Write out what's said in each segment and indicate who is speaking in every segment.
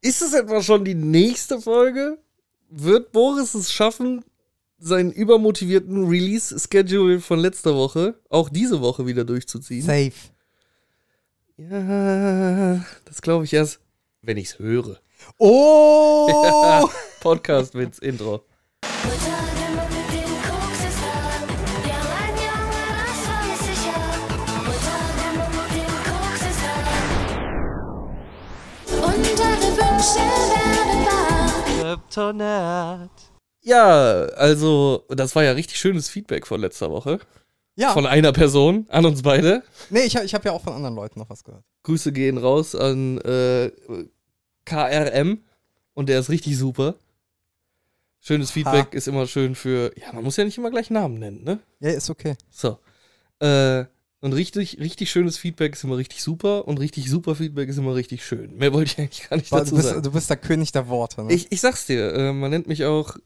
Speaker 1: Ist es etwa schon die nächste Folge? Wird Boris es schaffen, seinen übermotivierten Release-Schedule von letzter Woche auch diese Woche wieder durchzuziehen?
Speaker 2: Safe.
Speaker 1: Ja, das glaube ich erst, wenn ich es höre.
Speaker 2: Oh!
Speaker 1: Podcast-Witz, Intro. Ja, also, das war ja richtig schönes Feedback von letzter Woche.
Speaker 2: Ja,
Speaker 1: Von einer Person an uns beide.
Speaker 2: nee, ich, hab- ich habe ja auch von anderen Leuten noch was gehört.
Speaker 1: Grüße gehen raus an äh, KRM und der ist richtig super. Schönes Feedback ist immer schön für, ja, man muss ja nicht immer gleich Namen nennen, ne?
Speaker 2: Ja, ist okay.
Speaker 1: So. Äh, und richtig, richtig schönes Feedback ist immer richtig super und richtig super Feedback ist immer richtig schön. Mehr wollte ich eigentlich gar nicht
Speaker 2: Weil
Speaker 1: dazu
Speaker 2: du, bist,
Speaker 1: sagen.
Speaker 2: du bist der König der Worte. Ne?
Speaker 1: Ich, ich sag's dir, äh, man nennt mich auch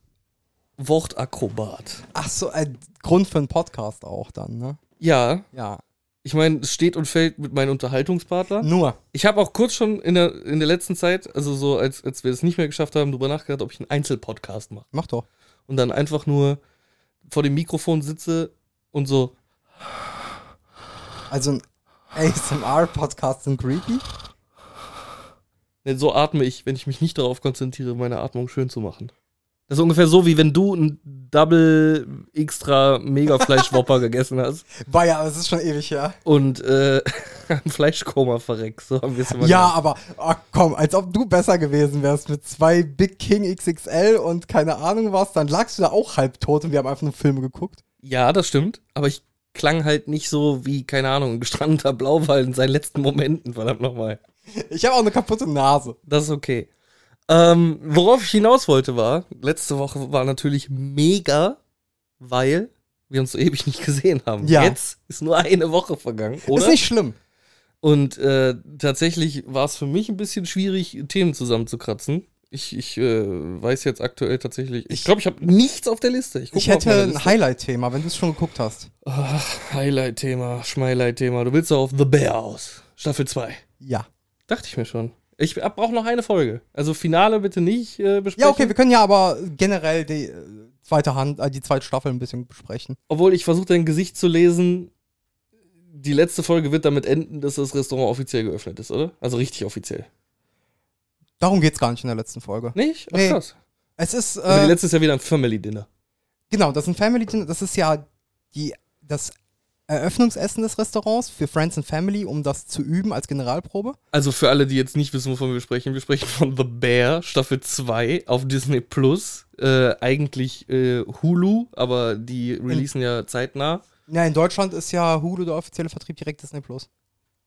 Speaker 1: Wortakrobat.
Speaker 2: Ach so, ein Grund für einen Podcast auch dann, ne?
Speaker 1: Ja,
Speaker 2: Ja.
Speaker 1: ich meine, es steht und fällt mit meinen Unterhaltungspartnern.
Speaker 2: Nur.
Speaker 1: Ich habe auch kurz schon in der, in der letzten Zeit, also so als, als wir es nicht mehr geschafft haben, darüber nachgedacht, ob ich einen Einzelpodcast mache.
Speaker 2: Mach doch.
Speaker 1: Und dann einfach nur vor dem Mikrofon sitze und so,
Speaker 2: Also ein ASMR-Podcast sind creepy.
Speaker 1: ne, so atme ich, wenn ich mich nicht darauf konzentriere, meine Atmung schön zu machen. Das ist ungefähr so, wie wenn du einen Double Extra Mega Fleischwopper gegessen hast
Speaker 2: War ja, aber es ist schon ewig her.
Speaker 1: und äh, am Fleischkoma verreckst. So haben wir es immer
Speaker 2: Ja, aber oh, komm, als ob du besser gewesen wärst mit zwei Big King XXL und keine Ahnung was, dann lagst du da auch halbtot und wir haben einfach nur Filme geguckt.
Speaker 1: Ja, das stimmt. Aber ich klang halt nicht so wie, keine Ahnung, ein gestrandeter Blauwal in seinen letzten Momenten, verdammt nochmal.
Speaker 2: Ich habe auch eine kaputte Nase.
Speaker 1: Das ist okay. Ähm, worauf ich hinaus wollte war, letzte Woche war natürlich mega, weil wir uns so ewig nicht gesehen haben.
Speaker 2: Ja.
Speaker 1: Jetzt ist nur eine Woche vergangen, oder?
Speaker 2: Ist nicht schlimm.
Speaker 1: Und äh, tatsächlich war es für mich ein bisschen schwierig, Themen zusammenzukratzen. Ich, ich äh, weiß jetzt aktuell tatsächlich, ich glaube, ich habe nichts auf der Liste. guck
Speaker 2: Ich
Speaker 1: mal auf
Speaker 2: hätte
Speaker 1: meine
Speaker 2: ein
Speaker 1: Liste.
Speaker 2: Highlight-Thema, wenn du es schon geguckt hast.
Speaker 1: Ach, Highlight-Thema, Schmeileid-Thema. Du willst doch auf The Bear aus. Staffel 2.
Speaker 2: Ja.
Speaker 1: Dachte ich mir schon. Ich brauche noch eine Folge. Also Finale bitte nicht äh, besprechen.
Speaker 2: Ja, okay, wir können ja aber generell die äh, zweite Hand, äh, die zweite Staffel ein bisschen besprechen.
Speaker 1: Obwohl ich versuche, dein Gesicht zu lesen. Die letzte Folge wird damit enden, dass das Restaurant offiziell geöffnet ist, oder? Also richtig offiziell.
Speaker 2: Darum geht's gar nicht in der letzten Folge.
Speaker 1: Nicht? Ach,
Speaker 2: Nee.
Speaker 1: krass.
Speaker 2: Es ist
Speaker 1: Aber die
Speaker 2: äh,
Speaker 1: letzte ist ja wieder ein Family Dinner.
Speaker 2: genau, das ist ein Family Dinner, das ist ja die das Eröffnungsessen des Restaurants für Friends and Family, um das zu üben als Generalprobe.
Speaker 1: Also für alle, die jetzt nicht wissen, wovon wir sprechen, wir sprechen von The Bear, Staffel 2 auf Disney Plus. Äh, eigentlich äh, Hulu, aber die releasen ja zeitnah.
Speaker 2: Ja, in Deutschland ist ja Hulu der offizielle Vertrieb direkt Disney Plus.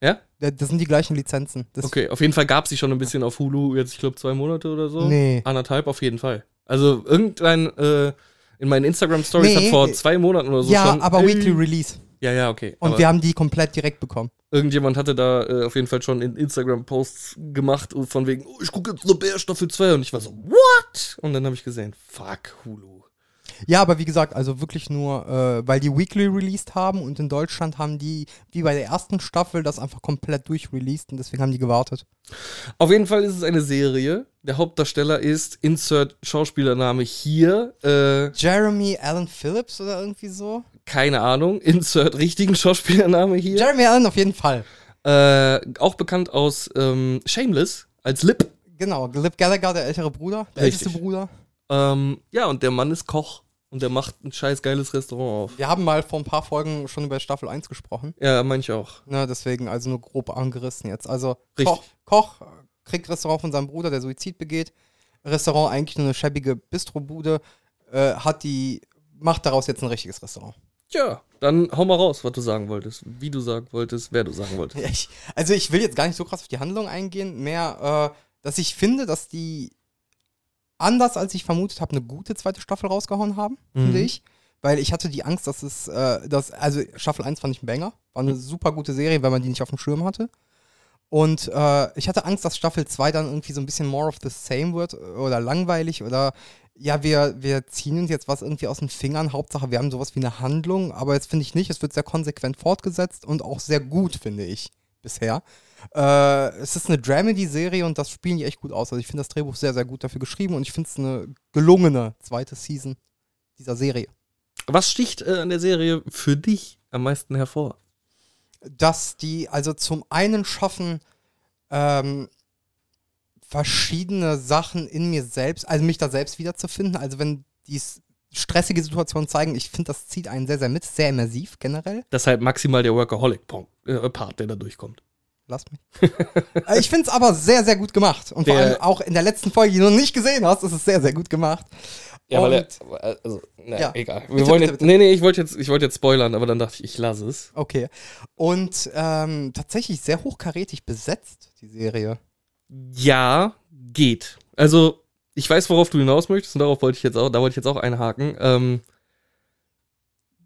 Speaker 1: Ja?
Speaker 2: Da- Das sind die gleichen Lizenzen. Das
Speaker 1: Okay, auf jeden Fall gab sie schon ein bisschen auf Hulu, jetzt ich glaube zwei Monate oder so.
Speaker 2: Nee.
Speaker 1: Anderthalb auf jeden Fall. Also irgendein, äh, in meinen Instagram-Stories
Speaker 2: Nee.
Speaker 1: hat vor zwei Monaten oder so
Speaker 2: ja,
Speaker 1: schon.
Speaker 2: aber
Speaker 1: Äh,
Speaker 2: Weekly Release.
Speaker 1: Ja, ja, okay.
Speaker 2: Und
Speaker 1: aber
Speaker 2: wir haben die komplett direkt bekommen.
Speaker 1: irgendjemand hatte da äh, auf jeden Fall schon in Instagram-Posts gemacht und von wegen, oh, ich gucke jetzt The Bear Staffel 2 und ich war so, what? Und dann habe ich gesehen, fuck Hulu.
Speaker 2: Ja, aber wie gesagt, also wirklich nur, äh, weil die Weekly released haben und in Deutschland haben die, wie bei der ersten Staffel, das einfach komplett durchreleased und deswegen haben die gewartet.
Speaker 1: Auf jeden Fall ist es eine Serie. Der Hauptdarsteller ist, insert Schauspielername hier, äh,
Speaker 2: Jeremy Allen Phillips oder irgendwie so?
Speaker 1: keine Ahnung, insert richtigen Schauspielername hier.
Speaker 2: Jeremy Allen auf jeden Fall.
Speaker 1: Äh, auch bekannt aus ähm, Shameless als Lip.
Speaker 2: Genau, Lip Gallagher, der ältere Bruder, der
Speaker 1: Richtig.
Speaker 2: älteste Bruder.
Speaker 1: Ähm, ja, und der Mann ist Koch und der macht ein scheiß geiles Restaurant auf.
Speaker 2: Wir haben mal vor ein paar Folgen schon über Staffel 1 gesprochen.
Speaker 1: Ja, meine ich auch.
Speaker 2: Ne, deswegen also nur grob angerissen jetzt. Also
Speaker 1: Richtig.
Speaker 2: Koch, Koch äh, kriegt Restaurant von seinem Bruder, der Suizid begeht. Restaurant eigentlich nur eine schäbige Bistrobude, äh, hat die, macht daraus jetzt ein richtiges Restaurant.
Speaker 1: Tja, dann hau mal raus, was du sagen wolltest, wie du sagen wolltest, wer du sagen wolltest.
Speaker 2: Ja, Ich, also ich will jetzt gar nicht so krass auf die Handlung eingehen, mehr, äh, dass ich finde, dass die anders als ich vermutet habe, eine gute zweite Staffel rausgehauen haben, finde ich. Weil ich hatte die Angst, dass es, äh, dass, also Staffel 1 fand ich ein Banger, war eine super gute Serie, weil man die nicht auf dem Schirm hatte. Und äh, ich hatte Angst, dass Staffel 2 dann irgendwie so ein bisschen more of the same wird äh, oder langweilig oder ja, wir, wir ziehen uns jetzt was irgendwie aus den Fingern. Hauptsache, wir haben sowas wie eine Handlung, aber jetzt finde ich nicht. Es wird sehr konsequent fortgesetzt und auch sehr gut, finde ich, bisher. Äh, es ist eine Dramedy-Serie und das spielen die echt gut aus. Also ich finde das Drehbuch sehr, sehr gut dafür geschrieben und ich finde es eine gelungene zweite Season dieser Serie.
Speaker 1: Was sticht äh, an der Serie für dich am meisten hervor?
Speaker 2: dass die also zum einen schaffen, ähm, verschiedene Sachen in mir selbst, also mich da selbst wiederzufinden. Also wenn die s- stressige Situation zeigen, ich finde, das zieht einen sehr, sehr mit, sehr immersiv generell.
Speaker 1: Deshalb halt maximal der Workaholic-Part, der da durchkommt.
Speaker 2: Lass mich. Äh, ich finde es aber sehr, sehr gut gemacht. Und vor
Speaker 1: Der-
Speaker 2: allem auch in der letzten Folge, die du noch nicht gesehen hast, ist es sehr, sehr gut gemacht. Und-
Speaker 1: er, also, na,
Speaker 2: Ja.
Speaker 1: egal. Wir wollen
Speaker 2: Bitte, bitte,
Speaker 1: jetzt,
Speaker 2: bitte.
Speaker 1: Nee, nee, ich wollte jetzt, ich wollte jetzt spoilern, aber dann dachte ich, ich lasse es.
Speaker 2: Okay. Und ähm, tatsächlich sehr hochkarätig besetzt, die Serie.
Speaker 1: Ja, geht. Also, ich weiß, worauf du hinaus möchtest und darauf wollte ich jetzt auch, da wollte ich jetzt auch einhaken. Ähm,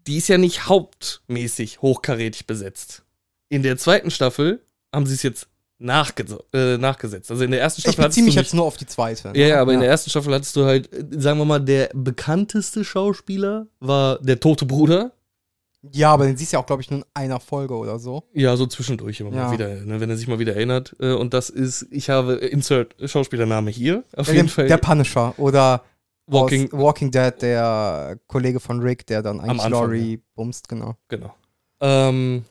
Speaker 1: die ist ja nicht hauptmäßig hochkarätig besetzt. In der zweiten Staffel haben sie es jetzt nachge äh, nachgesetzt. Also in der ersten
Speaker 2: Ich
Speaker 1: Staffel
Speaker 2: beziehe mich
Speaker 1: nicht-
Speaker 2: jetzt nur auf die zweite. ne?
Speaker 1: Ja, ja, aber in der ersten Staffel hattest du halt, äh, sagen wir mal, der bekannteste Schauspieler war der tote Bruder.
Speaker 2: Ja, aber den siehst du ja auch, glaube ich, nur in einer Folge oder so.
Speaker 1: Ja, so zwischendurch immer mal
Speaker 2: Ja.
Speaker 1: wieder, ne, wenn er sich mal wieder erinnert. Äh, Und das ist, ich habe äh, Insert Schauspielername hier. Auf
Speaker 2: Der,
Speaker 1: jeden
Speaker 2: der-
Speaker 1: Fall
Speaker 2: der Punisher oder
Speaker 1: Walking.
Speaker 2: aus Walking Dead, der Kollege von Rick, der dann eigentlich
Speaker 1: Anfang,
Speaker 2: Laurie bumst, genau.
Speaker 1: Genau. Ähm,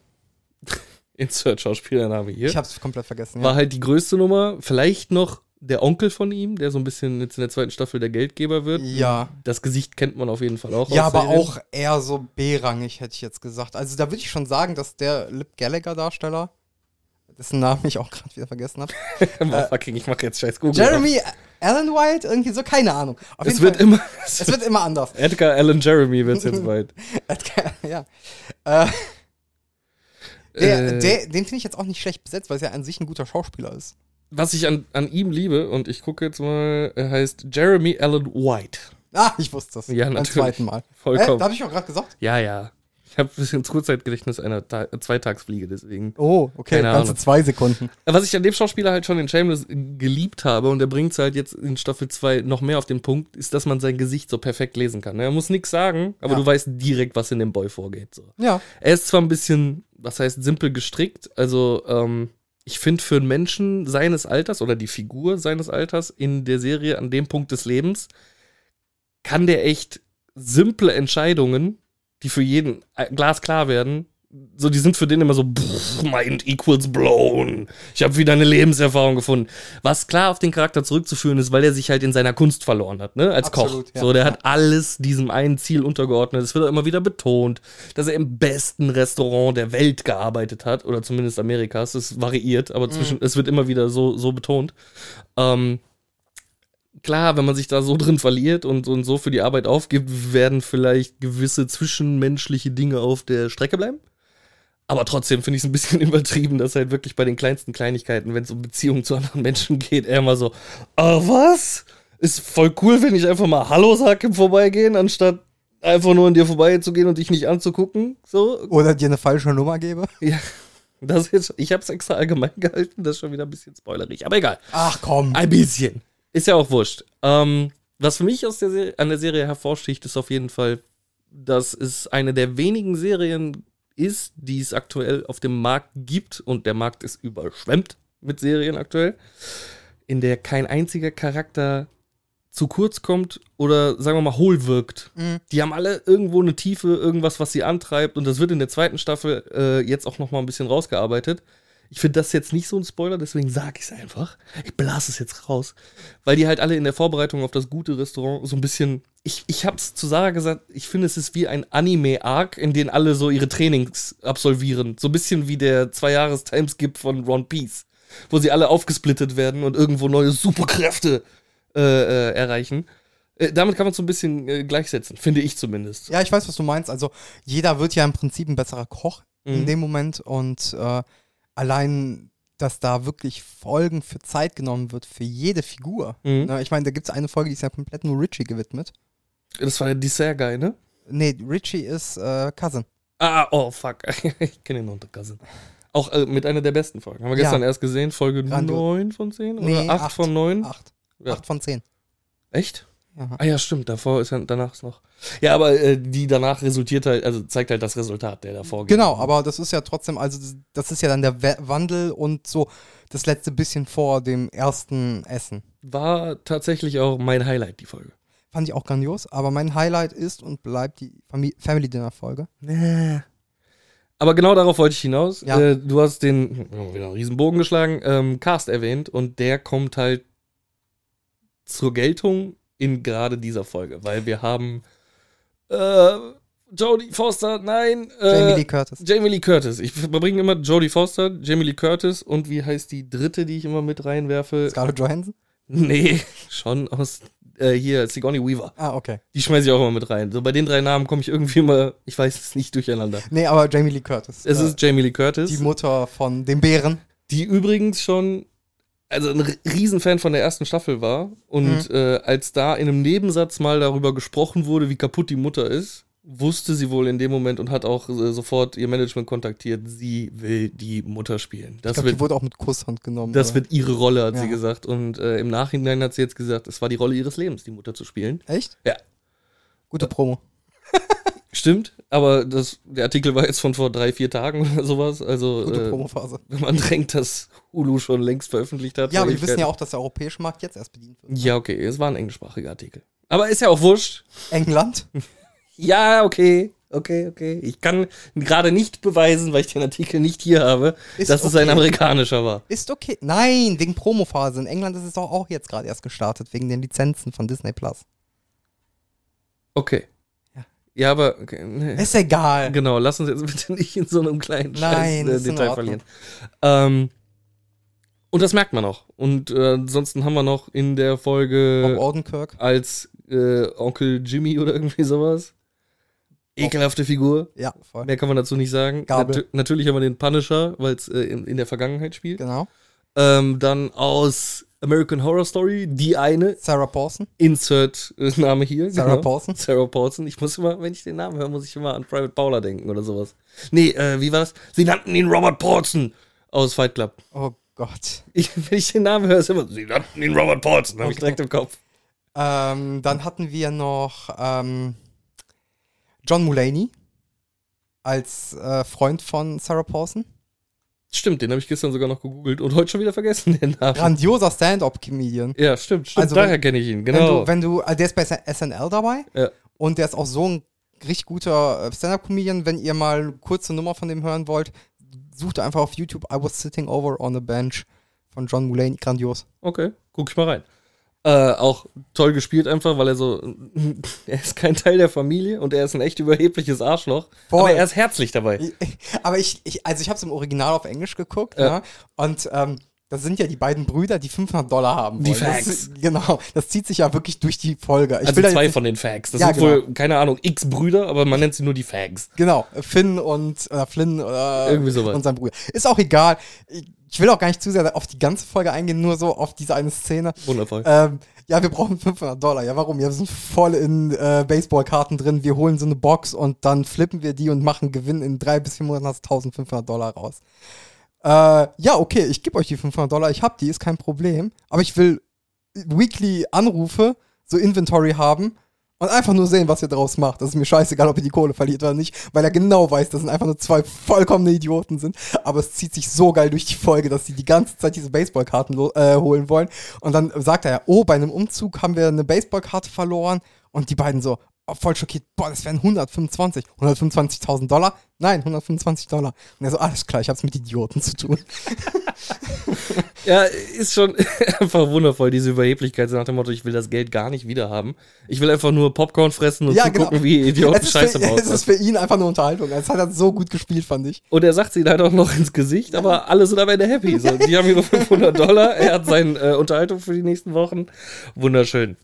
Speaker 1: Insert Schauspielername hier.
Speaker 2: Ich hab's komplett vergessen.
Speaker 1: War
Speaker 2: Ja.
Speaker 1: halt die größte Nummer. Vielleicht noch der Onkel von ihm, der so ein bisschen jetzt in der zweiten Staffel der Geldgeber wird.
Speaker 2: Ja.
Speaker 1: Das Gesicht kennt man auf jeden Fall auch.
Speaker 2: Ja,
Speaker 1: aus
Speaker 2: aber
Speaker 1: Serien.
Speaker 2: auch eher so B-rangig, hätte ich jetzt gesagt. Also da würde ich schon sagen, dass der Lip Gallagher-Darsteller, dessen Namen ich auch gerade wieder vergessen habe,
Speaker 1: Boah, fucking, ich mache jetzt scheiß Google.
Speaker 2: äh, Jeremy Allen White, irgendwie so, keine Ahnung. Auf
Speaker 1: Es
Speaker 2: jeden
Speaker 1: wird
Speaker 2: Fall,
Speaker 1: immer.
Speaker 2: es wird immer anders.
Speaker 1: Edgar Allan Jeremy wird's jetzt bald.
Speaker 2: ja. Äh, der,
Speaker 1: Äh,
Speaker 2: der, den finde ich jetzt auch nicht schlecht besetzt, weil er ja an sich ein guter Schauspieler ist.
Speaker 1: was ich an, an ihm liebe, und ich gucke jetzt mal, er heißt Jeremy Allen White.
Speaker 2: Ah, ich wusste das.
Speaker 1: Ja,
Speaker 2: Beim
Speaker 1: natürlich.
Speaker 2: zweiten Mal. Äh,
Speaker 1: Vollkommen.
Speaker 2: da habe ich auch gerade gesagt.
Speaker 1: ja, ja. Ich habe ein bisschen das Kurzzeitgedächtnis einer Ta Zweitagsfliege, deswegen.
Speaker 2: Oh, okay,
Speaker 1: Keine
Speaker 2: ganze
Speaker 1: Ahnung.
Speaker 2: zwei Sekunden.
Speaker 1: Was ich an dem Schauspieler halt schon in Shameless geliebt habe, und er bringt halt jetzt in Staffel 2 noch mehr auf den Punkt, ist, dass man sein Gesicht so perfekt lesen kann. ne? Er muss nichts sagen, aber
Speaker 2: Ja.
Speaker 1: du weißt direkt, was in dem Boy vorgeht. So.
Speaker 2: Ja.
Speaker 1: Er ist zwar ein bisschen, was heißt, simpel gestrickt. Also, ähm, ich finde für einen Menschen seines Alters oder die Figur seines Alters in der Serie an dem Punkt des Lebens kann der echt simple Entscheidungen, die für jeden äh, glasklar werden, so die sind für den immer so pff, mind equals blown. Ich habe wieder eine Lebenserfahrung gefunden, was klar auf den Charakter zurückzuführen ist, weil er sich halt in seiner Kunst verloren hat, ne, als
Speaker 2: Absolut,
Speaker 1: Koch.
Speaker 2: ja.
Speaker 1: So, der hat alles diesem einen Ziel untergeordnet. Es wird auch immer wieder betont, dass er im besten Restaurant der Welt gearbeitet hat oder zumindest Amerikas. Es variiert,
Speaker 2: Mhm.
Speaker 1: aber zwischen es wird immer wieder so so betont. Ähm, klar, wenn man sich da so drin verliert und, und so für die Arbeit aufgibt, werden vielleicht gewisse zwischenmenschliche Dinge auf der Strecke bleiben. Aber trotzdem finde ich es ein bisschen übertrieben, dass halt wirklich bei den kleinsten Kleinigkeiten, wenn es um Beziehungen zu anderen Menschen geht, er immer so, ah, was? Ist voll cool, wenn ich einfach mal Hallo sag im Vorbeigehen, anstatt einfach nur an dir vorbeizugehen und dich nicht anzugucken. So,
Speaker 2: Oder dir eine falsche Nummer gebe.
Speaker 1: ja. Das ist, ich habe es extra allgemein gehalten, das ist schon wieder ein bisschen spoilerig, aber egal.
Speaker 2: Ach komm.
Speaker 1: Ein bisschen. Ist ja auch wurscht. Ähm, was für mich aus der Serie, an der Serie hervorsticht, ist auf jeden Fall, dass es eine der wenigen Serien ist, die es aktuell auf dem Markt gibt und der Markt ist überschwemmt mit Serien aktuell, in der kein einziger Charakter zu kurz kommt oder sagen wir mal hohl wirkt.
Speaker 2: Mhm.
Speaker 1: Die haben alle irgendwo eine Tiefe, irgendwas, was sie antreibt und das wird in der zweiten Staffel äh, jetzt auch noch mal ein bisschen rausgearbeitet. Ich finde das jetzt nicht so ein Spoiler, deswegen sage ich es einfach. Ich blase es jetzt raus. Weil die halt alle in der Vorbereitung auf das gute Restaurant so ein bisschen. Ich, ich habe es zu Sarah gesagt, ich finde, es ist wie ein Anime-Arc, in den alle so ihre Trainings absolvieren. So ein bisschen wie der Zwei-Jahres-Timeskip von One Piece, wo sie alle aufgesplittet werden und irgendwo neue Superkräfte äh, äh, erreichen. Äh, damit kann man es so ein bisschen äh, gleichsetzen, finde ich zumindest.
Speaker 2: Ja, ich weiß, was du meinst. Also jeder wird ja im Prinzip ein besserer Koch
Speaker 1: Mhm.
Speaker 2: in dem Moment und äh, allein, dass da wirklich Folgen für Zeit genommen wird für jede Figur.
Speaker 1: Mhm.
Speaker 2: Na, ich meine, da gibt es eine Folge, die ist ja komplett nur Richie gewidmet.
Speaker 1: Das war der Dessert-Guy, ne?
Speaker 2: Nee, Richie ist äh, Cousin.
Speaker 1: Ah, oh fuck. ich kenne den Unterkassen. Auch äh, mit einer der besten Folgen. Haben wir
Speaker 2: Ja.
Speaker 1: gestern erst gesehen, Folge
Speaker 2: Grandios.
Speaker 1: 9 von 10
Speaker 2: Nee,
Speaker 1: oder 8,
Speaker 2: acht.
Speaker 1: von 9?
Speaker 2: Acht.
Speaker 1: Mhm. Ja.
Speaker 2: Acht von zehn.
Speaker 1: Echt?
Speaker 2: Ja.
Speaker 1: Ah ja, stimmt, davor ist ja, danach ist noch. Ja, aber äh, die danach resultiert halt, also zeigt halt das Resultat, der davor geht.
Speaker 2: Genau, aber das ist ja trotzdem, also das- das ist ja dann der We Wandel und so das letzte bisschen vor dem ersten Essen.
Speaker 1: War tatsächlich auch mein Highlight, die Folge.
Speaker 2: Fand ich auch grandios, aber mein Highlight ist und bleibt die Fami Family Dinner Folge.
Speaker 1: Aber genau darauf wollte ich hinaus.
Speaker 2: Ja.
Speaker 1: Äh, du hast den, oh, wieder einen Riesenbogen geschlagen, ähm, Cast erwähnt und der kommt halt zur Geltung in gerade dieser Folge, weil wir haben äh, Jodie Foster, nein, äh,
Speaker 2: Jamie Lee Curtis.
Speaker 1: Jamie Lee Curtis. Ich verbringe immer Jodie Foster, Jamie Lee Curtis und wie heißt die dritte, die ich immer mit reinwerfe?
Speaker 2: Scarlett Johansson?
Speaker 1: Nee, schon aus äh, hier, Sigourney Weaver.
Speaker 2: Ah, okay.
Speaker 1: Die schmeiße ich auch immer mit rein. So bei den drei Namen komme ich irgendwie immer, ich weiß es nicht, durcheinander.
Speaker 2: Nee, aber Jamie Lee Curtis.
Speaker 1: Es
Speaker 2: äh,
Speaker 1: ist Jamie Lee
Speaker 2: die
Speaker 1: Curtis,
Speaker 2: Mutter von dem Bären.
Speaker 1: die übrigens schon, also ein Riesenfan von der ersten Staffel war.
Speaker 2: Mhm.
Speaker 1: Und äh, als da in einem Nebensatz mal darüber gesprochen wurde, wie kaputt die Mutter ist, wusste sie wohl in dem Moment und hat auch äh, sofort ihr Management kontaktiert, sie will die Mutter spielen.
Speaker 2: Ich
Speaker 1: Das
Speaker 2: glaube,
Speaker 1: wird
Speaker 2: die wurde auch mit Kusshand genommen.
Speaker 1: Das
Speaker 2: oder?
Speaker 1: wird ihre Rolle, hat
Speaker 2: Ja.
Speaker 1: sie gesagt. Und äh, im Nachhinein hat sie jetzt gesagt, es war die Rolle ihres Lebens, die Mutter zu spielen.
Speaker 2: Echt?
Speaker 1: Ja.
Speaker 2: Gute Promo.
Speaker 1: Stimmt, aber das, der Artikel war jetzt von vor drei, vier Tagen oder sowas. Also,
Speaker 2: Gute
Speaker 1: äh,
Speaker 2: Promophase.
Speaker 1: wenn man denkt, dass Hulu schon längst veröffentlicht hat. vor
Speaker 2: Ja, aber wir wissen
Speaker 1: Ewigkeiten.
Speaker 2: ja auch, dass der europäische Markt jetzt erst bedient wird.
Speaker 1: Ja, okay, es war ein englischsprachiger Artikel. Aber ist ja auch wurscht.
Speaker 2: England?
Speaker 1: Ja, okay. Okay, okay. Ich kann gerade nicht beweisen, weil ich den Artikel nicht hier habe,
Speaker 2: Ist
Speaker 1: dass es ein
Speaker 2: okay.
Speaker 1: amerikanischer war.
Speaker 2: Ist okay. Nein, wegen Promophase. In England ist es doch auch jetzt gerade erst gestartet, wegen den Lizenzen von Disney Plus.
Speaker 1: Okay.
Speaker 2: Ja.
Speaker 1: Ja, aber. Okay, nee.
Speaker 2: Ist egal.
Speaker 1: Genau, lass uns jetzt bitte nicht in so einem kleinen
Speaker 2: Nein,
Speaker 1: Scheiß,
Speaker 2: ist
Speaker 1: äh,
Speaker 2: in
Speaker 1: Detail
Speaker 2: Ordnung.
Speaker 1: verlieren. Ähm, und das merkt man auch. Und äh, ansonsten haben wir noch in der
Speaker 2: Bob
Speaker 1: Folge
Speaker 2: Odenkirk.
Speaker 1: als äh, Onkel Jimmy oder irgendwie sowas.
Speaker 2: Oh.
Speaker 1: Ekelhafte Figur.
Speaker 2: Ja, voll.
Speaker 1: Mehr kann man dazu nicht sagen.
Speaker 2: Gabel.
Speaker 1: natürlich haben wir den Punisher, weil es äh, in, in der Vergangenheit spielt.
Speaker 2: Genau.
Speaker 1: Ähm, dann aus American Horror Story, die eine,
Speaker 2: Sarah Paulson.
Speaker 1: Insert äh, Name hier.
Speaker 2: Sarah Paulson.
Speaker 1: Sarah Paulson. Ich muss immer, wenn ich den Namen höre, muss ich immer an Private Paula denken oder sowas. Nee, äh, wie war's? Sie nannten ihn Robert Paulson aus Fight Club.
Speaker 2: Oh Gott.
Speaker 1: Ich, wenn ich den Namen höre, ist immer, sie nannten ihn Robert Paulson. Hab ich
Speaker 2: Okay.
Speaker 1: direkt im Kopf.
Speaker 2: Ähm, dann hatten wir noch ähm, John Mulaney als äh, Freund von Sarah Paulson.
Speaker 1: Stimmt, den habe ich gestern sogar noch gegoogelt und heute schon wieder vergessen, den Namen.
Speaker 2: Grandioser Stand-up-Comedian.
Speaker 1: Ja, stimmt, stimmt.
Speaker 2: Also,
Speaker 1: daher kenne ich ihn, genau.
Speaker 2: Wenn du, wenn du, also der ist bei SNL dabei
Speaker 1: Ja.
Speaker 2: und der ist auch so ein richtig guter äh, Stand-Up-Comedian. Wenn ihr mal kurze Nummer von dem hören wollt, sucht einfach auf YouTube I was sitting over on a bench von John Mulaney. Grandios.
Speaker 1: okay, guck ich mal rein. Äh, auch toll gespielt einfach, weil er so, er ist kein Teil der Familie und er ist ein echt überhebliches Arschloch.
Speaker 2: Voll.
Speaker 1: Aber er ist herzlich dabei.
Speaker 2: Aber ich, ich also ich habe es im Original auf Englisch geguckt
Speaker 1: Ja.
Speaker 2: ne? und ähm, das sind ja die beiden Brüder, die 500 Dollar haben. Wollen.
Speaker 1: Die
Speaker 2: Das
Speaker 1: Facts.
Speaker 2: ist- Genau, das zieht sich ja wirklich durch die Folge. Ich
Speaker 1: also
Speaker 2: da
Speaker 1: zwei
Speaker 2: jetzt-
Speaker 1: von den Fags. Das
Speaker 2: Ja,
Speaker 1: sind wohl, keine Ahnung, x Brüder, aber man nennt sie nur die Fags.
Speaker 2: Genau, Finn und äh, Flynn oder
Speaker 1: Irgendwie sowas.
Speaker 2: und sein Bruder. Ist auch egal. Ich ich will auch gar nicht zu sehr auf die ganze Folge eingehen, nur so auf diese eine Szene.
Speaker 1: Wundervoll.
Speaker 2: Ähm, ja, wir brauchen 500 Dollar. Ja, warum? Ja, wir sind voll in äh, Baseballkarten drin. Wir holen so eine Box und dann flippen wir die und machen Gewinn. In drei bis vier Monaten hast du 1500 Dollar raus. Äh, ja, okay, ich gebe euch die 500 Dollar. Ich hab die, ist kein Problem. Aber ich will weekly Anrufe, so Inventory haben und einfach nur sehen, was ihr draus macht. Das ist mir scheißegal, ob ihr die Kohle verliert oder nicht, weil er genau weiß, dass es einfach nur zwei vollkommene Idioten sind. Aber es zieht sich so geil durch die Folge, dass sie die ganze Zeit diese Baseballkarten lo- äh, holen wollen. Und dann sagt er ja, oh, bei einem Umzug haben wir eine Baseballkarte verloren. Und die beiden so, oh, voll schockiert, boah, das wären 125. 125.000 Dollar? Nein, 125 Dollar. Und er so, alles klar, ich hab's mit Idioten zu tun.
Speaker 1: ja, ist schon einfach wundervoll, diese Überheblichkeit. So nach dem Motto, ich will das Geld gar nicht wieder haben. Ich will einfach nur Popcorn fressen und
Speaker 2: Ja,
Speaker 1: zugucken,
Speaker 2: genau.
Speaker 1: wie Idioten
Speaker 2: es, ist
Speaker 1: Scheiße
Speaker 2: für, es
Speaker 1: bauen.
Speaker 2: ist für ihn einfach nur Unterhaltung. Es hat er so gut gespielt, fand ich.
Speaker 1: Und er sagt sie leider auch noch ins Gesicht, aber alle sind am Ende happy. So, die haben ihre 500 Dollar, er hat seine äh, Unterhaltung für die nächsten Wochen. Wunderschön.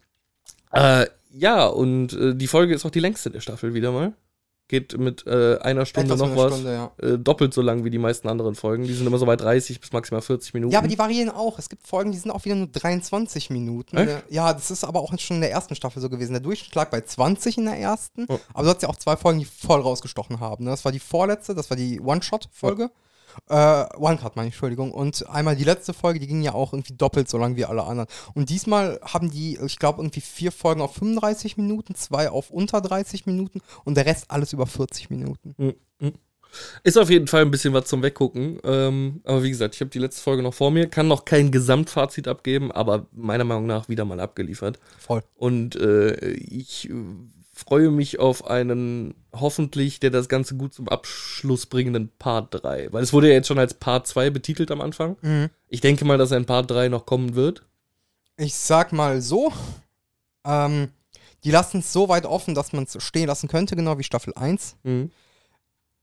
Speaker 1: Äh, ja, und äh, die Folge ist auch die längste der Staffel wieder mal. Geht mit äh, einer Stunde
Speaker 2: Etwas
Speaker 1: noch
Speaker 2: über eine
Speaker 1: was.
Speaker 2: Stunde, ja.
Speaker 1: äh, doppelt so lang wie die meisten anderen Folgen. Die sind immer so bei 30 bis maximal 40 Minuten.
Speaker 2: Ja, aber die variieren auch. Es gibt Folgen, die sind auch wieder nur 23 Minuten. Äh,
Speaker 1: Echt?
Speaker 2: Ja, das ist aber auch schon in der ersten Staffel so gewesen. Der Durchschnitt lag bei 20 in der ersten.
Speaker 1: Oh.
Speaker 2: Aber du hattest ja auch zwei Folgen, die voll rausgestochen haben. ne? Das war die vorletzte, das war die One-Shot-Folge.
Speaker 1: Oh.
Speaker 2: Äh, One Cut, meine ich, Entschuldigung. Und einmal die letzte Folge, die ging ja auch irgendwie doppelt so lang wie alle anderen. Und diesmal haben die, ich glaube, irgendwie vier Folgen auf 35 Minuten, zwei auf unter 30 Minuten und der Rest alles über 40 Minuten.
Speaker 1: Ist auf jeden Fall ein bisschen was zum Weggucken. Ähm, aber wie gesagt, ich habe die letzte Folge noch vor mir, kann noch kein Gesamtfazit abgeben, aber meiner Meinung nach wieder mal abgeliefert.
Speaker 2: Voll.
Speaker 1: Und äh, ich äh, freue mich auf einen hoffentlich, der das Ganze gut zum Abschluss bringenden Part 3. Weil es wurde ja jetzt schon als Part 2 betitelt am Anfang. Ich denke mal, dass ein Part 3 noch kommen wird.
Speaker 2: Ich sag mal so, ähm, die lassen es so weit offen, dass man es stehen lassen könnte, genau wie Staffel 1.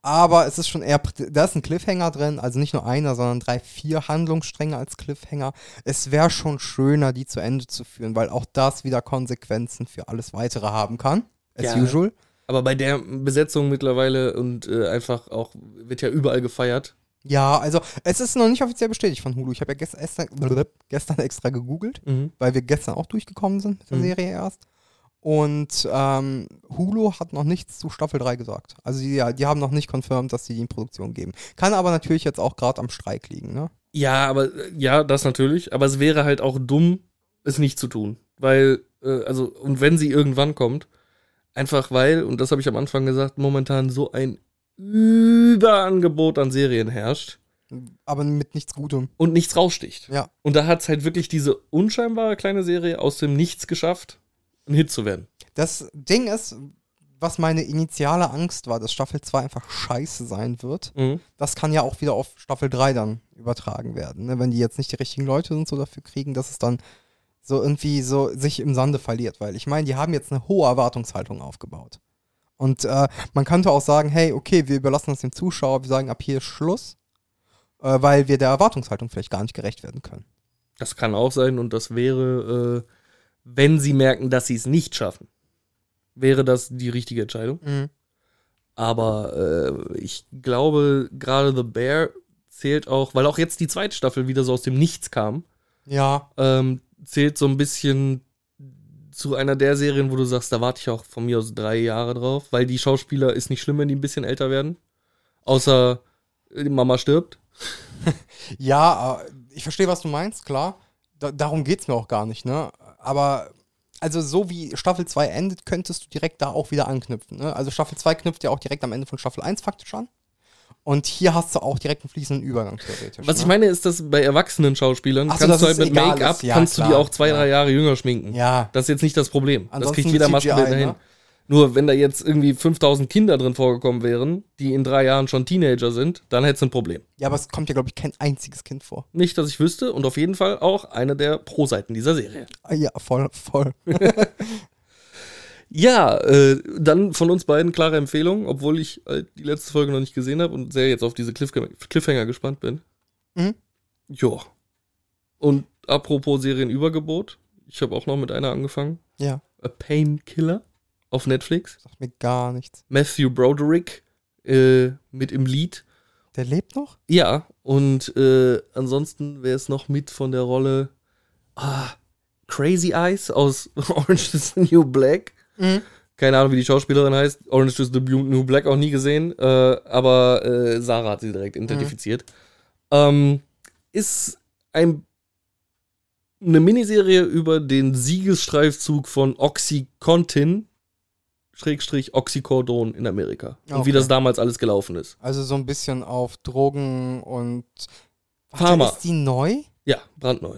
Speaker 2: Aber es ist schon eher, pr- da ist ein Cliffhanger drin, also nicht nur einer, sondern drei, vier Handlungsstränge als Cliffhanger. Es wäre schon schöner, die zu Ende zu führen, weil auch das wieder Konsequenzen für alles Weitere haben kann. As
Speaker 1: Ja.
Speaker 2: usual.
Speaker 1: Aber bei der Besetzung mittlerweile und äh, einfach auch, wird ja überall gefeiert.
Speaker 2: Ja, also es ist noch nicht offiziell bestätigt von Hulu. Ich habe ja gest extra, gestern extra gegoogelt. weil wir gestern auch durchgekommen sind mit der
Speaker 1: Mhm.
Speaker 2: Serie erst. Und ähm, Hulu hat noch nichts zu Staffel 3 gesagt. Also die, ja, die haben noch nicht confirmed, dass sie die in Produktion geben. Kann aber natürlich jetzt auch gerade am Streik liegen, ne?
Speaker 1: Ja, aber äh, ja, das natürlich. Aber es wäre halt auch dumm, es nicht zu tun. Weil, äh, also, und wenn sie irgendwann kommt, einfach weil, und das habe ich am Anfang gesagt, momentan so ein Überangebot an Serien herrscht
Speaker 2: Aber mit nichts Gutem.
Speaker 1: und nichts raussticht.
Speaker 2: Ja.
Speaker 1: Und da hat es halt wirklich diese unscheinbare kleine Serie aus dem Nichts geschafft, ein Hit zu werden.
Speaker 2: Das Ding ist, was meine initiale Angst war, dass Staffel 2 einfach scheiße sein wird, das kann ja auch wieder auf Staffel 3 dann übertragen werden. Ne? Wenn die jetzt nicht die richtigen Leute und so dafür kriegen, dass es dann so irgendwie so sich im Sande verliert. Weil ich meine, die haben jetzt eine hohe Erwartungshaltung aufgebaut. Und äh, man könnte auch sagen, hey, okay, wir überlassen das dem Zuschauer, wir sagen ab hier ist Schluss, äh, weil wir der Erwartungshaltung vielleicht gar nicht gerecht werden können.
Speaker 1: Das kann auch sein und das wäre, äh, wenn sie merken, dass sie es nicht schaffen, wäre das die richtige Entscheidung. Aber äh, ich glaube, gerade The Bear zählt auch, weil auch jetzt die zweite Staffel wieder so aus dem Nichts kam,
Speaker 2: Ja,
Speaker 1: ähm, zählt so ein bisschen zu einer der Serien, wo du sagst, da warte ich auch von mir aus drei Jahre drauf, weil die Schauspieler ist nicht schlimm, wenn die ein bisschen älter werden. Außer äh, die Mama stirbt.
Speaker 2: Ja, äh, ich verstehe, was du meinst, klar. Da, darum geht es mir auch gar nicht, ne? Aber, also so wie Staffel 2 endet, könntest du direkt da auch wieder anknüpfen. Ne? Also Staffel 2 knüpft ja auch direkt am Ende von Staffel 1 faktisch an. Und hier hast du auch direkt einen fließenden Übergang, theoretisch.
Speaker 1: Was
Speaker 2: ne?
Speaker 1: ich meine, ist, dass bei erwachsenen Schauspielern
Speaker 2: Ach so,
Speaker 1: kannst
Speaker 2: dass
Speaker 1: du halt
Speaker 2: es
Speaker 1: mit
Speaker 2: egal
Speaker 1: Make-up,
Speaker 2: ist. Ja,
Speaker 1: kannst du die
Speaker 2: klar.
Speaker 1: auch zwei,
Speaker 2: Ja.
Speaker 1: drei Jahre jünger schminken.
Speaker 2: Ja.
Speaker 1: Das ist jetzt nicht das Problem. das
Speaker 2: Ansonsten
Speaker 1: kriegt jeder
Speaker 2: CGI,
Speaker 1: Maskenbildner hin.
Speaker 2: ne?
Speaker 1: Nur wenn da jetzt irgendwie 5000 Kinder drin vorgekommen wären, die in drei Jahren schon Teenager sind, dann hättest du ein Problem.
Speaker 2: Ja, aber es kommt ja, glaube ich, kein einziges Kind vor.
Speaker 1: Nicht, dass ich wüsste und auf jeden Fall auch eine der Pro-Seiten dieser Serie.
Speaker 2: Ah, Ja, voll, voll.
Speaker 1: Ja, äh, dann von uns beiden klare Empfehlung, obwohl ich äh, die letzte Folge noch nicht gesehen habe und sehr jetzt auf diese Cliff Cliffhanger gespannt bin.
Speaker 2: Mhm.
Speaker 1: Ja. Und apropos Serienübergebot, ich habe auch noch mit einer angefangen.
Speaker 2: Ja,
Speaker 1: A Painkiller auf Netflix.
Speaker 2: sagt mir gar nichts.
Speaker 1: Matthew Broderick äh, mit im Lied.
Speaker 2: Der lebt noch?
Speaker 1: Ja, und äh, ansonsten wäre es noch mit von der Rolle ah, Crazy Eyes aus Orange is the New Black. Keine Ahnung, wie die Schauspielerin heißt. Orange is the Bu- New Black auch nie gesehen. Äh, aber äh, Sarah hat sie direkt identifiziert. Ähm, ist ein, eine Miniserie über den Siegesstreifzug von Oxycontin, Schrägstrich Oxycodon in Amerika. Und wie
Speaker 2: Okay.
Speaker 1: das damals alles gelaufen ist.
Speaker 2: Also so ein bisschen auf Drogen und. Warte,
Speaker 1: Pharma.
Speaker 2: Ist die neu?
Speaker 1: Ja, brandneu.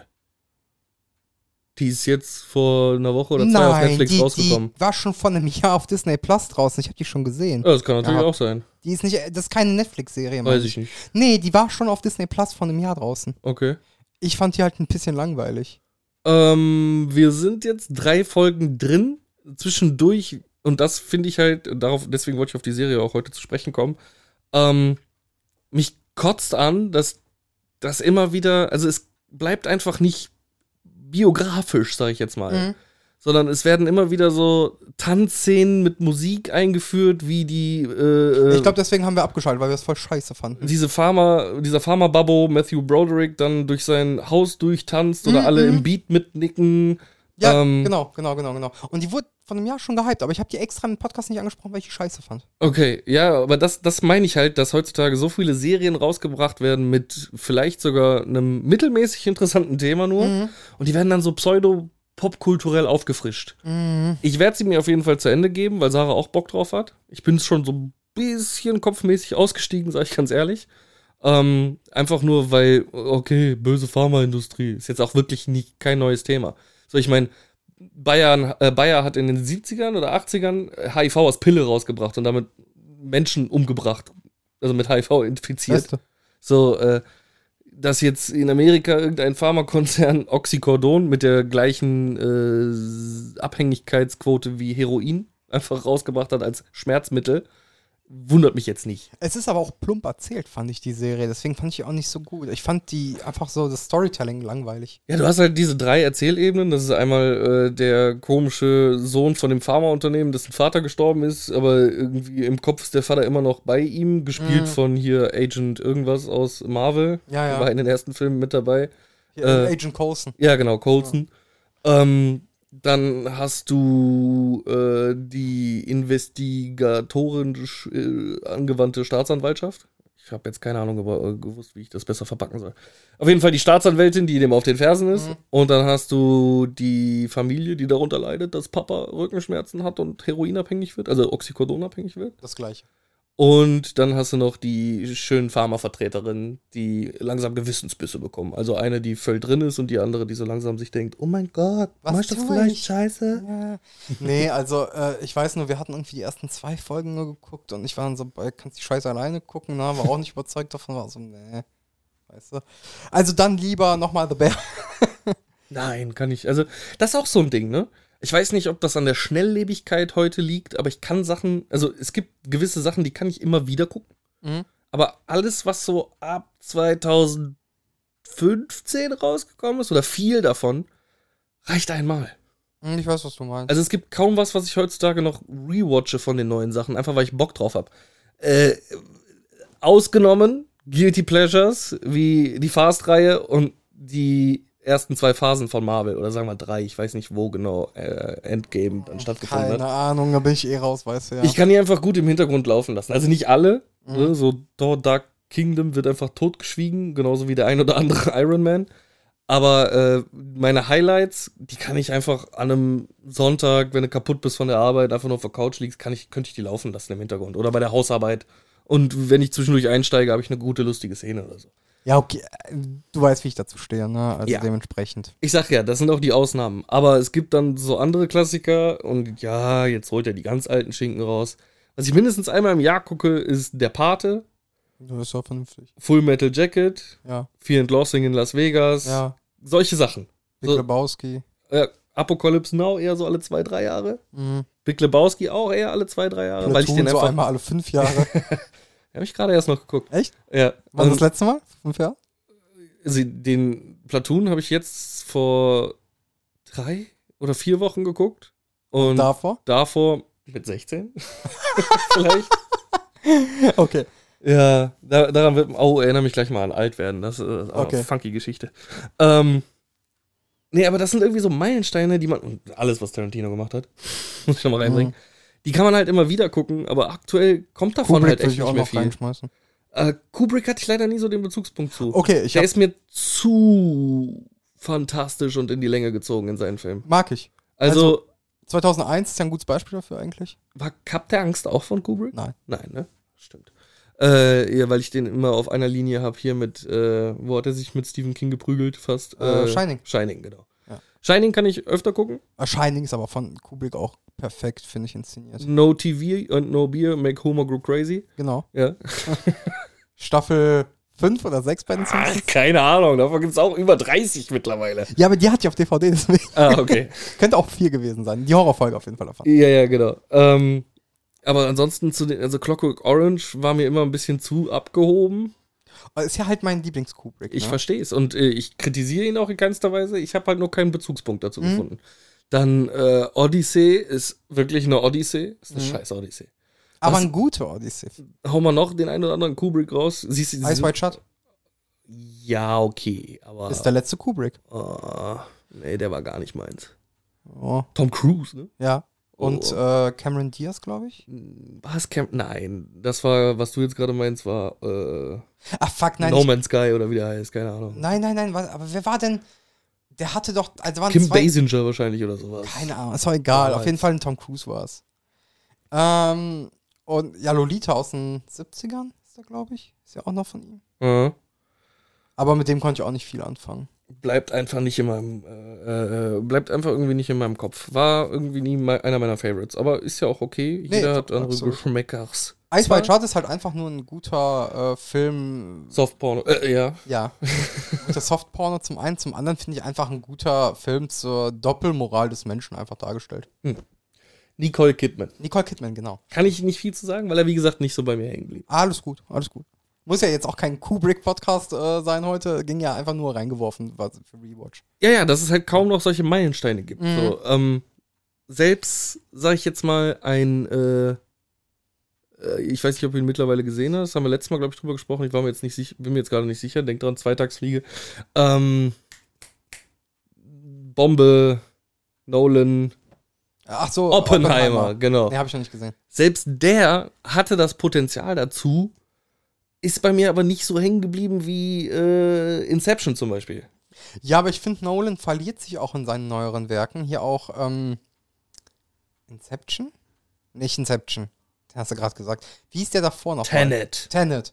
Speaker 1: Die ist jetzt vor einer Woche oder zwei auf Netflix
Speaker 2: die,
Speaker 1: rausgekommen.
Speaker 2: Die war schon vor einem Jahr auf Disney Plus draußen. Ich habe die schon gesehen.
Speaker 1: Ja, das kann natürlich
Speaker 2: Ja.
Speaker 1: auch sein.
Speaker 2: Die ist nicht, äh, das ist keine Netflix-Serie. meine
Speaker 1: Weiß ich nicht.
Speaker 2: Nee, die war schon auf Disney Plus vor einem Jahr draußen.
Speaker 1: Okay.
Speaker 2: Ich fand die halt ein bisschen langweilig.
Speaker 1: Ähm, wir sind jetzt drei Folgen drin. Zwischendurch, und das finde ich halt, darauf, deswegen wollte ich auf die Serie auch heute zu sprechen kommen. Ähm, mich kotzt an, dass das immer wieder, also es bleibt einfach nicht biografisch, sage ich jetzt mal. sondern es werden immer wieder so Tanzszenen mit Musik eingeführt, wie die äh,
Speaker 2: Ich glaube, deswegen haben wir abgeschaltet, weil wir es voll scheiße fanden.
Speaker 1: diese Farmer, dieser Farmer Babbo Matthew Broderick dann durch sein Haus durchtanzt oder alle im Beat mitnicken.
Speaker 2: Ja,
Speaker 1: Ähm,
Speaker 2: genau, genau, genau, genau. Und die wurde von einem Jahr schon gehypt, aber ich habe die extra im Podcast nicht angesprochen, weil ich die scheiße fand.
Speaker 1: Okay, ja, aber das, das meine ich halt, dass heutzutage so viele Serien rausgebracht werden mit vielleicht sogar einem mittelmäßig interessanten Thema nur
Speaker 2: Mhm.
Speaker 1: und die werden dann so pseudo-popkulturell aufgefrischt.
Speaker 2: Mhm.
Speaker 1: Ich werde sie mir auf jeden Fall zu Ende geben, weil Sarah auch Bock drauf hat. Ich bin schon so ein bisschen kopfmäßig ausgestiegen, sage ich ganz ehrlich. Ähm, einfach nur, weil, okay, böse Pharmaindustrie ist jetzt auch wirklich nicht, kein neues Thema. So, ich meine, Bayern, äh, Bayer hat in den 70ern oder äh, 80ern HIV als Pille rausgebracht und damit Menschen umgebracht. Also mit HIV infiziert.
Speaker 2: Weißt du?
Speaker 1: So, äh, dass jetzt in Amerika irgendein Pharmakonzern Oxycodon mit der gleichen äh, Abhängigkeitsquote wie Heroin einfach rausgebracht hat als Schmerzmittel, wundert mich jetzt nicht.
Speaker 2: Es ist aber auch plump erzählt, fand ich die Serie. Deswegen fand ich die auch nicht so gut. Ich fand die einfach so, das Storytelling langweilig.
Speaker 1: Ja, du hast halt diese drei Erzählebenen. Das ist einmal äh, der komische Sohn von dem Pharmaunternehmen, dessen Vater gestorben ist, aber irgendwie im Kopf ist der Vater immer noch bei ihm, gespielt
Speaker 2: Mhm.
Speaker 1: von hier Agent irgendwas aus Marvel.
Speaker 2: Ja, ja.
Speaker 1: War in den ersten Filmen mit dabei.
Speaker 2: Hier,
Speaker 1: Äh,
Speaker 2: Agent Coulson.
Speaker 1: Ja, genau, Colson. Ähm, dann hast du äh, die investigatorisch äh, angewandte Staatsanwaltschaft. Ich habe jetzt keine Ahnung aber, äh, gewusst, wie ich das besser verpacken soll. Auf jeden Fall die Staatsanwältin, die dem auf den Fersen ist.
Speaker 2: Mhm.
Speaker 1: Und dann hast du die Familie, die darunter leidet, dass Papa Rückenschmerzen hat und heroinabhängig wird, also Oxycodonabhängig wird.
Speaker 2: Das gleiche.
Speaker 1: Und dann hast du noch die schönen Pharmavertreterinnen, die langsam Gewissensbisse bekommen. Also eine, die voll drin ist und die andere, die so langsam sich denkt, oh mein Gott,
Speaker 2: Was
Speaker 1: mach ich das
Speaker 2: tue
Speaker 1: vielleicht
Speaker 2: ich?
Speaker 1: scheiße?
Speaker 2: nee, also äh, ich weiß nur, wir hatten irgendwie die ersten zwei Folgen nur geguckt und ich war dann so, äh, kannst die Scheiße alleine gucken, ne? war auch nicht überzeugt davon, war so, nee. Weißt du? Also dann lieber nochmal The Bear.
Speaker 1: Nein, kann ich. Also, das ist auch so ein Ding, ne? Ich weiß nicht, ob das an der Schnelllebigkeit heute liegt, aber ich kann Sachen, also es gibt gewisse Sachen, die kann ich immer wieder gucken.
Speaker 2: Mhm.
Speaker 1: Aber alles, was so ab 2015 rausgekommen ist, oder viel davon, reicht einmal.
Speaker 2: Hm, Ich weiß, was du meinst.
Speaker 1: Also es gibt kaum was, was ich heutzutage noch rewatche von den neuen Sachen, einfach weil ich Bock drauf habe. Äh, ausgenommen Guilty Pleasures wie die Fast-Reihe und die ersten zwei Phasen von Marvel oder sagen wir drei, ich weiß nicht, wo genau äh, Endgame dann stattgefunden
Speaker 2: Keine
Speaker 1: hat.
Speaker 2: Ahnung, da bin ich eh raus, weißt du ja.
Speaker 1: ne? Ich kann die einfach gut im Hintergrund laufen lassen. Also nicht alle,
Speaker 2: Mhm.
Speaker 1: ne? so Thor Dark Kingdom wird einfach totgeschwiegen, genauso wie der ein oder andere Iron Man. Aber äh, meine Highlights, die kann ich einfach an einem Sonntag, wenn du kaputt bist von der Arbeit, einfach nur auf der Couch liegst, kann ich, könnte ich die laufen lassen im Hintergrund oder bei der Hausarbeit. Und wenn ich zwischendurch einsteige, habe ich eine gute, lustige Szene oder so.
Speaker 2: Ja, okay. äh, Du weißt, wie ich dazu stehe, ne? Also
Speaker 1: Ja.
Speaker 2: dementsprechend.
Speaker 1: Ich sag ja, das sind auch die Ausnahmen. Aber es gibt dann so andere Klassiker und ja, jetzt holt er die ganz alten Schinken raus. Was ich mindestens einmal im Jahr gucke, ist Der Pate,
Speaker 2: Das ist ja vernünftig.
Speaker 1: Full Metal Jacket,
Speaker 2: Ja.
Speaker 1: Fear and Loathing in Las Vegas,
Speaker 2: Ja.
Speaker 1: solche Sachen.
Speaker 2: Big
Speaker 1: So.
Speaker 2: Lebowski.
Speaker 1: Äh, Apocalypse Now eher so alle zwei, drei Jahre.
Speaker 2: Mhm.
Speaker 1: Big Lebowski auch eher alle zwei, drei Jahre, weil ich den
Speaker 2: Platoon so
Speaker 1: einfach.
Speaker 2: einmal alle fünf Jahre.
Speaker 1: Hab ich gerade erst noch geguckt.
Speaker 2: Echt?
Speaker 1: Ja.
Speaker 2: Wann das
Speaker 1: Und
Speaker 2: letzte Mal? Fünf Jahre?
Speaker 1: sie, den Platoon habe ich jetzt vor drei oder vier Wochen geguckt. Und
Speaker 2: Davor?
Speaker 1: davor mit 16. Vielleicht. halt
Speaker 2: Okay.
Speaker 1: Ja, da, daran wird. Oh, erinnere mich gleich mal an alt werden. Das ist auch
Speaker 2: Okay.
Speaker 1: eine funky Geschichte. Ähm, nee, aber das sind irgendwie so Meilensteine, die man. Und alles, was Tarantino gemacht hat, muss ich nochmal reinbringen.
Speaker 2: Mhm.
Speaker 1: Die kann man halt immer wieder gucken, aber aktuell kommt davon
Speaker 2: Kubrick
Speaker 1: halt
Speaker 2: würde
Speaker 1: echt
Speaker 2: ich auch
Speaker 1: nicht mehr
Speaker 2: noch
Speaker 1: viel.
Speaker 2: reinschmeißen.
Speaker 1: Äh, Kubrick hatte ich leider nie so den Bezugspunkt zu.
Speaker 2: Okay, ich
Speaker 1: Der
Speaker 2: hab,
Speaker 1: ist mir zu fantastisch und in die Länge gezogen in seinen Filmen.
Speaker 2: mag ich.
Speaker 1: Also,
Speaker 2: 2001 ist ja ein gutes Beispiel dafür eigentlich.
Speaker 1: war Kap der Angst auch von Kubrick?
Speaker 2: Nein.
Speaker 1: Nein, ne? Stimmt. Äh, ja, weil ich den immer auf einer Linie habe hier mit, äh, wo hat er sich mit Stephen King geprügelt fast?
Speaker 2: Äh, Shining.
Speaker 1: Shining, genau.
Speaker 2: Ja.
Speaker 1: Shining kann ich öfter gucken.
Speaker 2: Äh, Shining ist aber von Kubrick auch perfekt, finde ich, inszeniert.
Speaker 1: No TV und No Beer make Homer go crazy.
Speaker 2: Genau.
Speaker 1: Ja.
Speaker 2: Staffel 5 oder 6 bei den Simpsons.
Speaker 1: Ah, keine Ahnung, davon gibt es auch über 30 mittlerweile.
Speaker 2: Ja, aber die hat ich auf DVD, deswegen
Speaker 1: Ah, okay.
Speaker 2: könnte auch 4 gewesen sein. Die Horrorfolge auf jeden Fall davon.
Speaker 1: ja, ja, genau. Ähm, aber ansonsten zu den, also Clockwork Orange war mir immer ein bisschen zu abgehoben.
Speaker 2: Aber Ist ja halt mein Lieblings-Kubrick.
Speaker 1: Ich
Speaker 2: ne?
Speaker 1: verstehe es und äh, ich kritisiere ihn auch in keinster Weise. Ich habe halt nur keinen Bezugspunkt dazu
Speaker 2: Mhm.
Speaker 1: gefunden. Dann äh, Odyssey ist wirklich eine Odyssey. Ist eine
Speaker 2: Mhm.
Speaker 1: scheiß Odyssey.
Speaker 2: Aber
Speaker 1: Was-
Speaker 2: ein guter Odyssey.
Speaker 1: Hau mal noch den einen oder anderen Kubrick raus. Siehst du
Speaker 2: Ice White Shut
Speaker 1: Ja, okay, aber. Ah.
Speaker 2: ist der letzte Kubrick.
Speaker 1: oh, nee, der war gar nicht meins.
Speaker 2: Oh,
Speaker 1: Tom Cruise, ne?
Speaker 2: ja. Und
Speaker 1: Oh.
Speaker 2: äh, Cameron Diaz, glaube ich.
Speaker 1: Was Camp? Nein, das war, was du jetzt gerade meinst, war äh,
Speaker 2: Ah, fuck, nein.
Speaker 1: No
Speaker 2: ich,
Speaker 1: Man's Sky oder wie der heißt, keine Ahnung.
Speaker 2: nein, nein, nein. wa- Aber wer war denn? Der hatte doch. Also waren
Speaker 1: Kim
Speaker 2: zwei,
Speaker 1: Basinger wahrscheinlich oder sowas.
Speaker 2: Keine Ahnung, ist doch egal.
Speaker 1: Damals.
Speaker 2: Auf jeden Fall ein Tom Cruise war es. Ähm, und ja, Lolita aus den 70ern ist er, glaube ich. Ist ja auch noch von ihm.
Speaker 1: Ja.
Speaker 2: Aber mit dem konnte ich auch nicht viel anfangen.
Speaker 1: Bleibt einfach nicht in meinem, äh, äh, bleibt einfach irgendwie nicht in meinem Kopf. War irgendwie nie me einer meiner Favorites, aber ist ja auch okay.
Speaker 2: Nee,
Speaker 1: Jeder hat andere
Speaker 2: absolut.
Speaker 1: Geschmäckers.
Speaker 2: Ice
Speaker 1: Zwar-
Speaker 2: White Shot ist halt einfach nur ein guter äh, Film.
Speaker 1: Softporno, äh, ja.
Speaker 2: Ja. guter Softporno zum einen. Zum anderen finde ich einfach ein guter Film zur Doppelmoral des Menschen einfach dargestellt.
Speaker 1: Nicole Kidman.
Speaker 2: Nicole Kidman, genau.
Speaker 1: Kann ich nicht viel zu sagen, weil er, wie gesagt, nicht so bei mir hängen blieb.
Speaker 2: Alles gut, alles gut. Muss ja jetzt auch kein Kubrick-Podcast äh, sein heute. Ging ja einfach nur reingeworfen was für Rewatch.
Speaker 1: Ja, ja, dass es halt kaum noch solche Meilensteine gibt.
Speaker 2: Mhm.
Speaker 1: So, ähm, selbst, sag ich jetzt mal, ein, äh, äh, ich weiß nicht, ob du ihn mittlerweile gesehen hast, haben wir letztes Mal, glaube ich, drüber gesprochen, ich war mir jetzt nicht sicher, bin mir jetzt gerade nicht sicher, denk dran, Zweitagsfliege. Ähm, Bombe, Nolan,
Speaker 2: Ach so,
Speaker 1: Oh, Oppenheimer, genau.
Speaker 2: Nee, habe ich noch nicht gesehen.
Speaker 1: Selbst der hatte das Potenzial dazu, ist bei mir aber nicht so hängen geblieben wie äh, Inception zum Beispiel.
Speaker 2: Ja, aber ich finde, Nolan verliert sich auch in seinen neueren Werken. Hier auch ähm, Inception? Nicht Inception. Den hast du gerade gesagt. Wie ist der davor noch?
Speaker 1: Tenet.
Speaker 2: Tenet.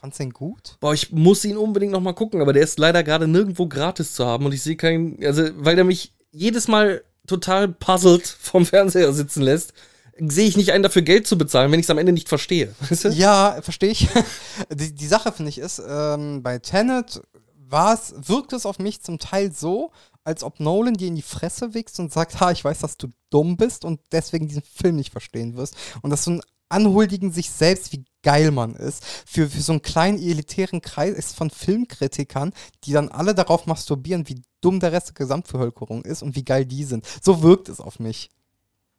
Speaker 2: Fandst du den gut?
Speaker 1: Boah, ich muss ihn unbedingt noch mal gucken, aber der ist leider gerade nirgendwo gratis zu haben und ich sehe keinen, also weil der mich jedes Mal total puzzelt vom Fernseher sitzen lässt, sehe ich nicht ein, dafür Geld zu bezahlen, wenn ich es am Ende nicht verstehe. Weißt du?
Speaker 2: Ja, verstehe ich. Die, die Sache, finde ich, ist, ähm, bei Tenet war's, wirkt es auf mich zum Teil so, als ob Nolan dir in die Fresse wächst und sagt, ha, ich weiß, dass du dumm bist und deswegen diesen Film nicht verstehen wirst. Und das ist so ein Anhuldigen sich selbst, wie geil man ist, für, für so einen kleinen elitären Kreis von Filmkritikern, die dann alle darauf masturbieren, wie dumm der Rest der Gesamtbevölkerung ist und wie geil die sind. So wirkt es auf mich.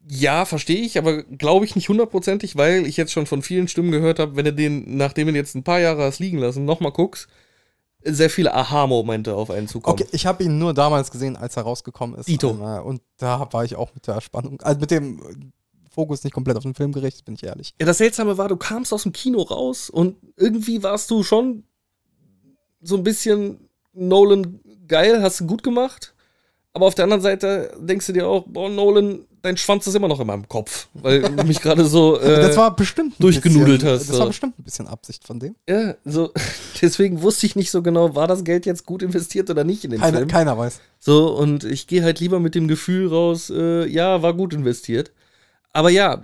Speaker 1: Ja, verstehe ich, aber glaube ich nicht hundertprozentig, weil ich jetzt schon von vielen Stimmen gehört habe, wenn du den, nachdem du den jetzt ein paar Jahre hast liegen lassen, nochmal guckst, sehr viele Aha-Momente auf einen zukommen.
Speaker 2: Okay, ich habe ihn nur damals gesehen, als er rausgekommen ist.
Speaker 1: Dito.
Speaker 2: Und, äh, Und da war ich auch mit der Spannung, also mit dem äh, Fokus nicht komplett auf den Film gerichtet, bin ich ehrlich.
Speaker 1: Ja, das Seltsame war, du kamst aus dem Kino raus und irgendwie warst du schon so ein bisschen Nolan geil, hast du gut gemacht. Aber auf der anderen Seite denkst du dir auch, boah, Nolan, dein Schwanz ist immer noch in meinem Kopf, weil du mich gerade so. Äh,
Speaker 2: das war bestimmt ein
Speaker 1: durchgenudelt
Speaker 2: bisschen,
Speaker 1: hast, äh.
Speaker 2: Das
Speaker 1: so.
Speaker 2: war bestimmt ein bisschen Absicht von dem.
Speaker 1: ja, so, deswegen wusste ich nicht so genau, war das Geld jetzt gut investiert oder nicht in den
Speaker 2: Keiner,
Speaker 1: Film.
Speaker 2: keiner weiß.
Speaker 1: So, und ich gehe halt lieber mit dem Gefühl raus, äh, ja, war gut investiert. Aber ja,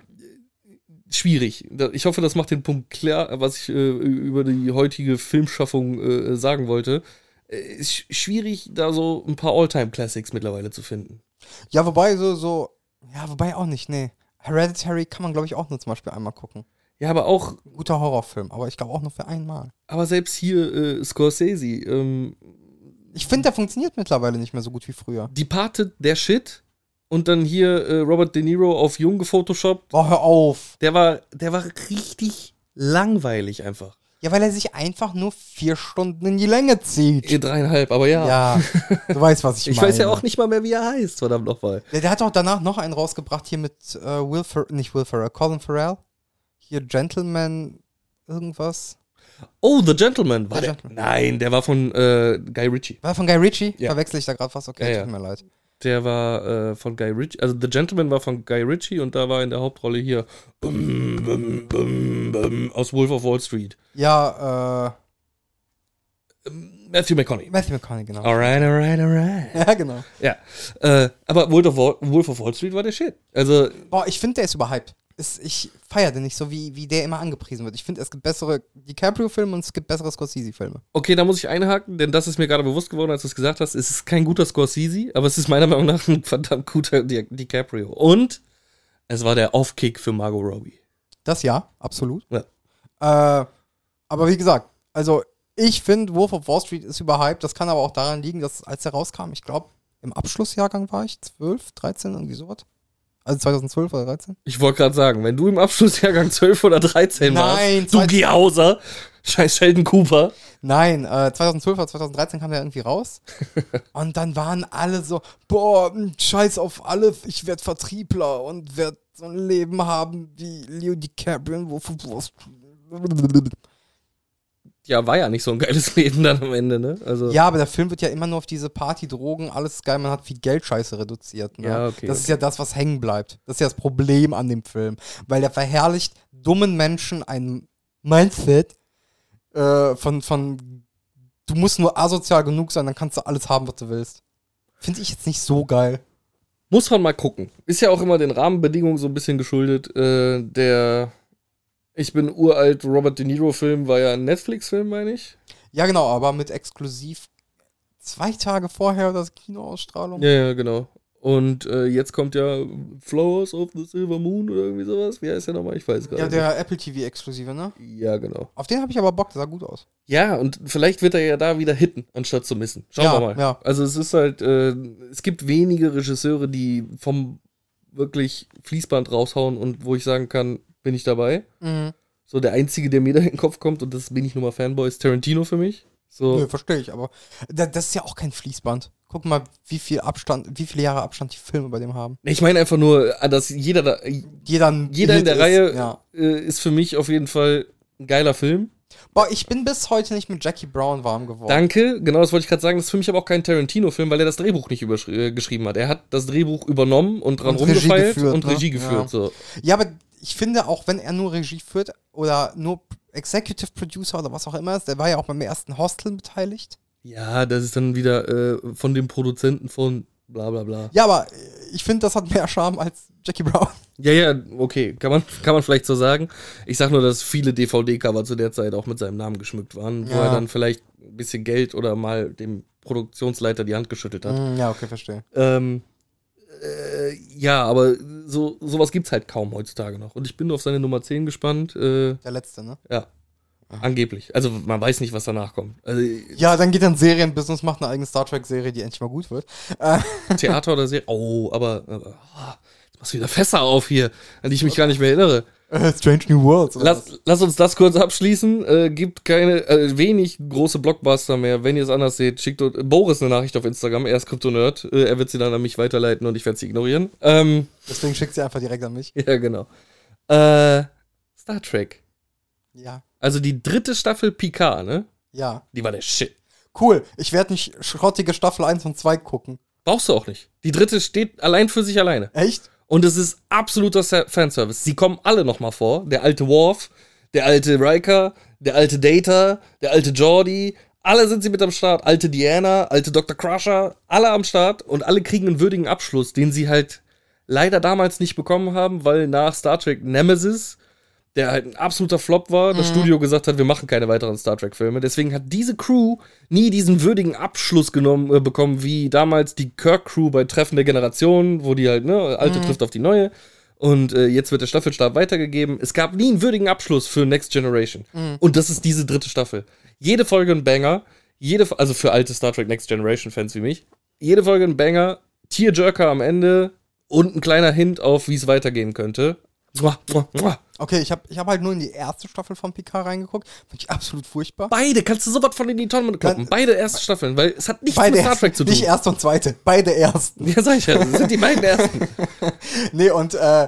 Speaker 1: schwierig. Da- Ich hoffe, das macht den Punkt klar, was ich äh, über die heutige Filmschaffung äh, sagen wollte. Äh, Ist sch- schwierig, da so ein paar All-Time-Classics mittlerweile zu finden.
Speaker 2: Ja, wobei so, so, ja, wobei auch nicht, nee. Hereditary kann man, glaube ich, auch nur zum Beispiel einmal gucken.
Speaker 1: Ja, aber auch,
Speaker 2: Ein Guter Horrorfilm, aber ich glaube auch nur für einmal.
Speaker 1: aber selbst hier äh, Scorsese, ähm,
Speaker 2: Ich finde, der funktioniert mittlerweile nicht mehr so gut wie früher.
Speaker 1: Departed, der Shit. Und dann hier äh, Robert De Niro auf jung gefotoshoppt.
Speaker 2: Boah, hör auf.
Speaker 1: Der war, der war richtig langweilig einfach.
Speaker 2: Ja, weil er sich einfach nur vier Stunden in die Länge zieht.
Speaker 1: Eh, Dreieinhalb, aber ja.
Speaker 2: Ja, du weißt, was ich,
Speaker 1: Ich
Speaker 2: meine.
Speaker 1: weiß ja auch nicht mal mehr, wie er heißt, verdammt nochmal.
Speaker 2: Der, der hat auch danach noch einen rausgebracht hier mit äh, Will Fer nicht Will Ferrell, Colin Farrell. Hier Gentleman irgendwas.
Speaker 1: Oh, The Gentleman. War
Speaker 2: The
Speaker 1: der?
Speaker 2: Gentleman.
Speaker 1: Nein, der war von äh, Guy Ritchie.
Speaker 2: War von Guy Ritchie?
Speaker 1: Ja.
Speaker 2: Verwechsel ich da gerade was? Okay,
Speaker 1: Ja, ja.
Speaker 2: tut mir leid.
Speaker 1: Der war äh, von Guy Ritchie. Also The Gentleman war von Guy Ritchie und da war in der Hauptrolle hier bum, bum, bum, bum, aus Wolf of Wall Street.
Speaker 2: Ja,
Speaker 1: Matthew
Speaker 2: äh,
Speaker 1: McConaughey.
Speaker 2: Matthew McConaughey, genau.
Speaker 1: Alright, alright, alright.
Speaker 2: Ja, genau.
Speaker 1: Ja. Äh, aber Wolf of, Wall, Wolf of Wall Street war der Shit. Also,
Speaker 2: Boah, ich finde, der ist überhyped. Ist, ich feiere den nicht so, wie, wie der immer angepriesen wird. Ich finde, es gibt bessere DiCaprio-Filme und es gibt bessere Scorsese-Filme.
Speaker 1: okay, da muss ich einhaken, denn das ist mir gerade bewusst geworden, als du es gesagt hast. Es ist kein guter Scorsese, aber es ist meiner Meinung nach ein verdammt guter Di DiCaprio. Und es war der Off-Kick für Margot Robbie.
Speaker 2: Das ja, absolut.
Speaker 1: Ja.
Speaker 2: Äh, aber wie gesagt, also ich finde, Wolf of Wall Street ist überhyped. Das kann aber auch daran liegen, dass als er rauskam, ich glaube, im Abschlussjahrgang war ich 12, 13, irgendwie sowas. Also 2012 oder 13?
Speaker 1: Ich wollte gerade sagen, wenn du im Abschlussjahrgang 12 oder 13
Speaker 2: Nein,
Speaker 1: warst, du Gehauser, scheiß Sheldon Cooper.
Speaker 2: Nein, äh, 2012 oder 2013 kam der irgendwie raus. und dann waren alle so, boah, mh, scheiß auf alles, ich werd Vertriebler und werd so ein Leben haben wie Leo DiCaprio. wo- wo- wo-
Speaker 1: Ja, war ja nicht so ein geiles Leben dann am Ende, ne? Also,
Speaker 2: Ja, aber der Film wird ja immer nur auf diese Party, Drogen, alles ist geil, man hat viel Geld scheiße reduziert. Ne?
Speaker 1: Ja, okay,
Speaker 2: das ist ja das, was hängen bleibt. Das ist ja das Problem an dem Film. Weil der verherrlicht dummen Menschen ein Mindset äh, von, von du musst nur asozial genug sein, dann kannst du alles haben, was du willst. Finde ich jetzt nicht so geil.
Speaker 1: muss man mal gucken. Ist ja auch immer den Rahmenbedingungen so ein bisschen geschuldet. Äh, der Ich bin uralt Robert De Niro-Film war ja ein Netflix-Film, meine ich.
Speaker 2: Ja, genau, aber mit exklusiv zwei Tage vorher das Kinoausstrahlung.
Speaker 1: Ja, ja, genau. Und äh, jetzt kommt ja Flowers of the Silver Moon oder irgendwie sowas. Wie heißt der nochmal? Ich weiß gerade.
Speaker 2: Ja, der Apple TV exklusive, ne?
Speaker 1: nicht. ja, genau.
Speaker 2: Auf den habe ich aber Bock, der sah gut aus.
Speaker 1: Ja, und vielleicht wird er ja da wieder hitten, anstatt zu missen. Schauen
Speaker 2: Ja,
Speaker 1: wir mal.
Speaker 2: ja.
Speaker 1: Also es ist halt, äh, es gibt wenige Regisseure, die vom wirklich Fließband raushauen und wo ich sagen kann, bin ich dabei.
Speaker 2: Mhm.
Speaker 1: So der einzige, der mir da in den Kopf kommt, und das bin ich nur mal Fanboy, ist Tarantino für mich. So,
Speaker 2: Nö, verstehe ich, aber da, das ist ja auch kein Fließband. Guck mal, wie viel Abstand, wie viele Jahre Abstand die Filme bei dem haben.
Speaker 1: ich meine einfach nur, ah, dass jeder da,
Speaker 2: Jeder,
Speaker 1: jeder in
Speaker 2: Hit
Speaker 1: der
Speaker 2: ist-
Speaker 1: Reihe
Speaker 2: Ja.
Speaker 1: äh, ist für mich auf jeden Fall ein geiler Film.
Speaker 2: Boah, ich bin bis heute nicht mit Jackie Brown warm geworden.
Speaker 1: Danke, genau das wollte ich gerade sagen. Das ist für mich aber auch kein Tarantino-Film, weil er das Drehbuch nicht überschri- äh, geschrieben hat. Er hat das Drehbuch übernommen und dran
Speaker 2: Und Regie
Speaker 1: rumgefeilt
Speaker 2: geführt,
Speaker 1: und
Speaker 2: ne?
Speaker 1: Regie geführt.
Speaker 2: Ja.
Speaker 1: So.
Speaker 2: Ja, aber ich finde, auch wenn er nur Regie führt oder nur Executive Producer oder was auch immer ist, der war ja auch beim ersten Hostel beteiligt.
Speaker 1: Ja, das ist dann wieder äh, von dem Produzenten von bla bla bla.
Speaker 2: Ja, aber äh, ich finde, das hat mehr Charme als Jackie Brown.
Speaker 1: Ja, ja, okay, kann man, kann man vielleicht so sagen. Ich sag nur, dass viele DVD-Cover zu der Zeit auch mit seinem Namen geschmückt waren, wo
Speaker 2: Ja.
Speaker 1: er dann vielleicht ein bisschen Geld oder mal dem Produktionsleiter die Hand geschüttelt hat.
Speaker 2: Ja, okay, verstehe.
Speaker 1: Ähm, äh, ja, aber so, sowas gibt's halt kaum heutzutage noch. Und ich bin auf seine Nummer 10 gespannt. Äh,
Speaker 2: Der letzte, ne?
Speaker 1: ja, angeblich. Also man weiß nicht, was danach kommt. Also
Speaker 2: Ja, dann geht er ins Serienbusiness, macht eine eigene Star Trek-Serie, die endlich mal gut wird. Äh,
Speaker 1: Theater oder Serie. Oh, aber, aber oh, jetzt machst du wieder Fässer auf hier, an die ich mich gar nicht mehr erinnere.
Speaker 2: äh, Strange New Worlds. oder was?
Speaker 1: Lass, lass uns das kurz abschließen. Äh, gibt keine, äh, wenig große Blockbuster mehr. Wenn ihr es anders seht, schickt uns- Boris eine Nachricht auf Instagram. Er ist Kryptonerd. Äh, er wird sie dann an mich weiterleiten und ich werde sie ignorieren. Ähm,
Speaker 2: Deswegen schickt sie einfach direkt an mich.
Speaker 1: ja, genau. Äh, Star Trek.
Speaker 2: Ja,
Speaker 1: Also die dritte Staffel Picard, ne?
Speaker 2: ja.
Speaker 1: Die war der Shit.
Speaker 2: Cool, ich werde nicht schrottige Staffel 1 und 2 gucken.
Speaker 1: Brauchst du auch nicht. Die dritte steht allein für sich alleine.
Speaker 2: Echt?
Speaker 1: Und es ist absoluter Sa- Fanservice. Sie kommen alle nochmal vor. Der alte Worf, der alte Riker, der alte Data, der alte Geordi. Alle sind sie mit am Start. Alte Diana, alte Dr. Crusher. Alle am Start und alle kriegen einen würdigen Abschluss, den sie halt leider damals nicht bekommen haben, weil nach Star Trek Nemesis, der halt ein absoluter Flop war, das Studio gesagt hat, wir machen keine weiteren Star Trek-Filme. Deswegen hat diese Crew nie diesen würdigen Abschluss genommen, äh, bekommen, wie damals die Kirk-Crew bei Treffen der Generationen, wo die halt, ne, alte trifft auf die neue. Und äh, jetzt wird der Staffelstab weitergegeben. Es gab nie einen würdigen Abschluss für Next Generation. Und das ist diese dritte Staffel. Jede Folge ein Banger. Jede, Fo- also für alte Star Trek Next Generation Fans wie mich. Jede Folge ein Banger. Tearjerker am Ende und ein kleiner Hint auf, wie es weitergehen könnte. Mua, mua, mua.
Speaker 2: Okay, ich habe ich hab halt nur in die erste Staffel von PK reingeguckt. Finde ich absolut furchtbar.
Speaker 1: Beide kannst du sowas von in die Tonne kloppen.
Speaker 2: Dann-
Speaker 1: Beide erste Staffeln, weil es hat nichts
Speaker 2: Beide
Speaker 1: mit Star Trek zu tun.
Speaker 2: Nicht erste und zweite, beide ersten.
Speaker 1: ja, sag ich ja. Das sind die beiden ersten.
Speaker 2: Nee, und äh,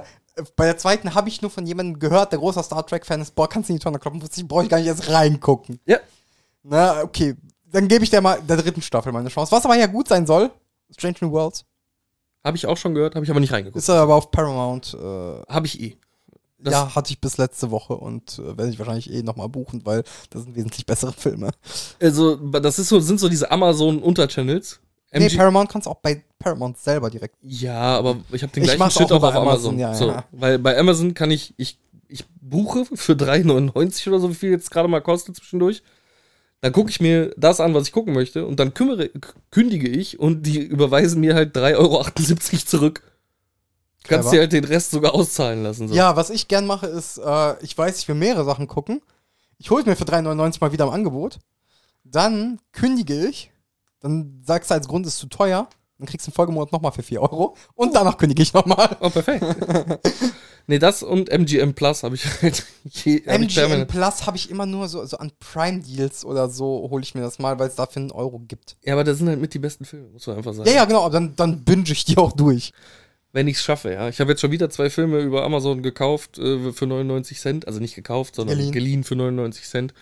Speaker 2: bei der zweiten habe ich nur von jemandem gehört, der großer Star Trek-Fan ist, boah, kannst du in die Tonne kloppen, wusste ich brauche ich gar nicht erst reingucken.
Speaker 1: Ja.
Speaker 2: Na, okay, dann gebe ich der mal der dritten Staffel meine Chance. Was aber ja gut sein soll, Strange New Worlds,
Speaker 1: Habe ich auch schon gehört, habe ich aber nicht reingeguckt.
Speaker 2: ist aber auf Paramount. Äh,
Speaker 1: Habe ich eh. Das-
Speaker 2: ja, hatte ich bis letzte Woche und äh, werde ich wahrscheinlich eh nochmal buchen, weil das sind wesentlich bessere Filme.
Speaker 1: Also, das ist so, sind so diese Amazon-Unterchannels.
Speaker 2: Nee,
Speaker 1: MG
Speaker 2: Paramount kannst du auch bei Paramount selber direkt.
Speaker 1: Ja, aber ich habe den
Speaker 2: Ich
Speaker 1: gleichen
Speaker 2: mach's
Speaker 1: Shit
Speaker 2: auch
Speaker 1: auch,
Speaker 2: über
Speaker 1: auf Amazon.
Speaker 2: Amazon, ja,
Speaker 1: so,
Speaker 2: ja.
Speaker 1: Weil bei Amazon kann ich, ich, ich buche für 3,99 oder so, wie viel jetzt gerade mal kostet zwischendurch. Dann gucke ich mir das an, was ich gucken möchte, und dann kümmere, k- kündige ich und die überweisen mir halt 3,78 Euro zurück. Kannst
Speaker 2: Clever.
Speaker 1: dir halt den Rest sogar auszahlen lassen. So.
Speaker 2: Ja, was ich gern mache, ist, äh, ich weiß, ich will mehrere Sachen gucken. Ich hole mir für 3,99 mal wieder im Angebot. Dann kündige ich. Dann sagst du als Grund, ist zu teuer. dann kriegst du einen Folgemonat nochmal für 4 Euro und danach kündige ich nochmal.
Speaker 1: Oh, perfekt. nee, das und MGM Plus habe ich halt je, hab ich
Speaker 2: MGM
Speaker 1: permanent.
Speaker 2: Plus habe ich immer nur so, so an Prime-Deals oder so, hole ich mir das mal, weil es dafür einen Euro gibt.
Speaker 1: Ja, aber das sind halt mit die besten Filme, muss man einfach sagen.
Speaker 2: Ja, ja, genau, aber dann, dann binge ich die auch durch.
Speaker 1: Wenn ich es schaffe, ja. Ich habe jetzt schon wieder zwei Filme über Amazon gekauft äh, für 99 Cent. Also nicht gekauft, sondern
Speaker 2: Geliehen.
Speaker 1: geliehen, für 99 Cent.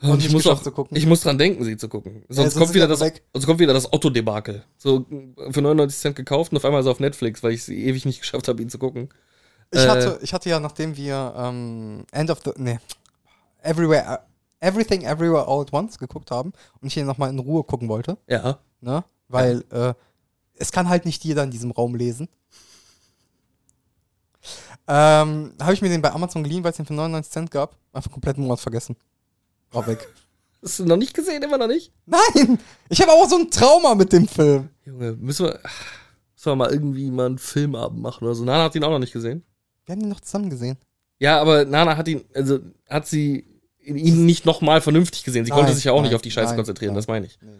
Speaker 2: Und
Speaker 1: Und,
Speaker 2: nicht
Speaker 1: ich, muss
Speaker 2: geschafft
Speaker 1: auch,
Speaker 2: zu gucken.
Speaker 1: ich muss dran denken, sie zu gucken. Sonst,
Speaker 2: sonst
Speaker 1: kommt,
Speaker 2: sind
Speaker 1: wieder
Speaker 2: die
Speaker 1: das,
Speaker 2: einfach weg.
Speaker 1: sonst kommt wieder das Otto-Debakel. So äh, für 99 Cent gekauft und auf einmal ist er auf Netflix, weil ich es ewig nicht geschafft habe, ihn zu gucken.
Speaker 2: Ich,
Speaker 1: Äh.
Speaker 2: hatte, ich hatte ja, nachdem wir ähm, End of the. Nee. Everywhere. äh, Everything Everywhere All at Once geguckt haben und ich ihn nochmal in Ruhe gucken wollte,
Speaker 1: Ja.
Speaker 2: ne? Weil äh, es kann halt nicht jeder in diesem Raum lesen. Ähm, habe ich mir den bei Amazon geliehen, weil es den für 99 Cent gab. Einfach komplett einen Monat vergessen. War weg.
Speaker 1: Hast du noch nicht gesehen, immer noch nicht?
Speaker 2: Nein! Ich habe auch so ein Trauma mit dem Film.
Speaker 1: Junge, müssen wir, müssen wir mal irgendwie mal einen Filmabend machen oder so. Nana hat ihn auch noch nicht gesehen.
Speaker 2: Wir haben ihn noch zusammen gesehen.
Speaker 1: Ja, aber Nana hat ihn, also hat sie ihn nicht nochmal vernünftig gesehen. Sie
Speaker 2: Nein,
Speaker 1: konnte sich ja auch
Speaker 2: nein,
Speaker 1: nicht auf die Scheiße
Speaker 2: nein,
Speaker 1: konzentrieren,
Speaker 2: nein.
Speaker 1: das meine ich.
Speaker 2: Nee, nee.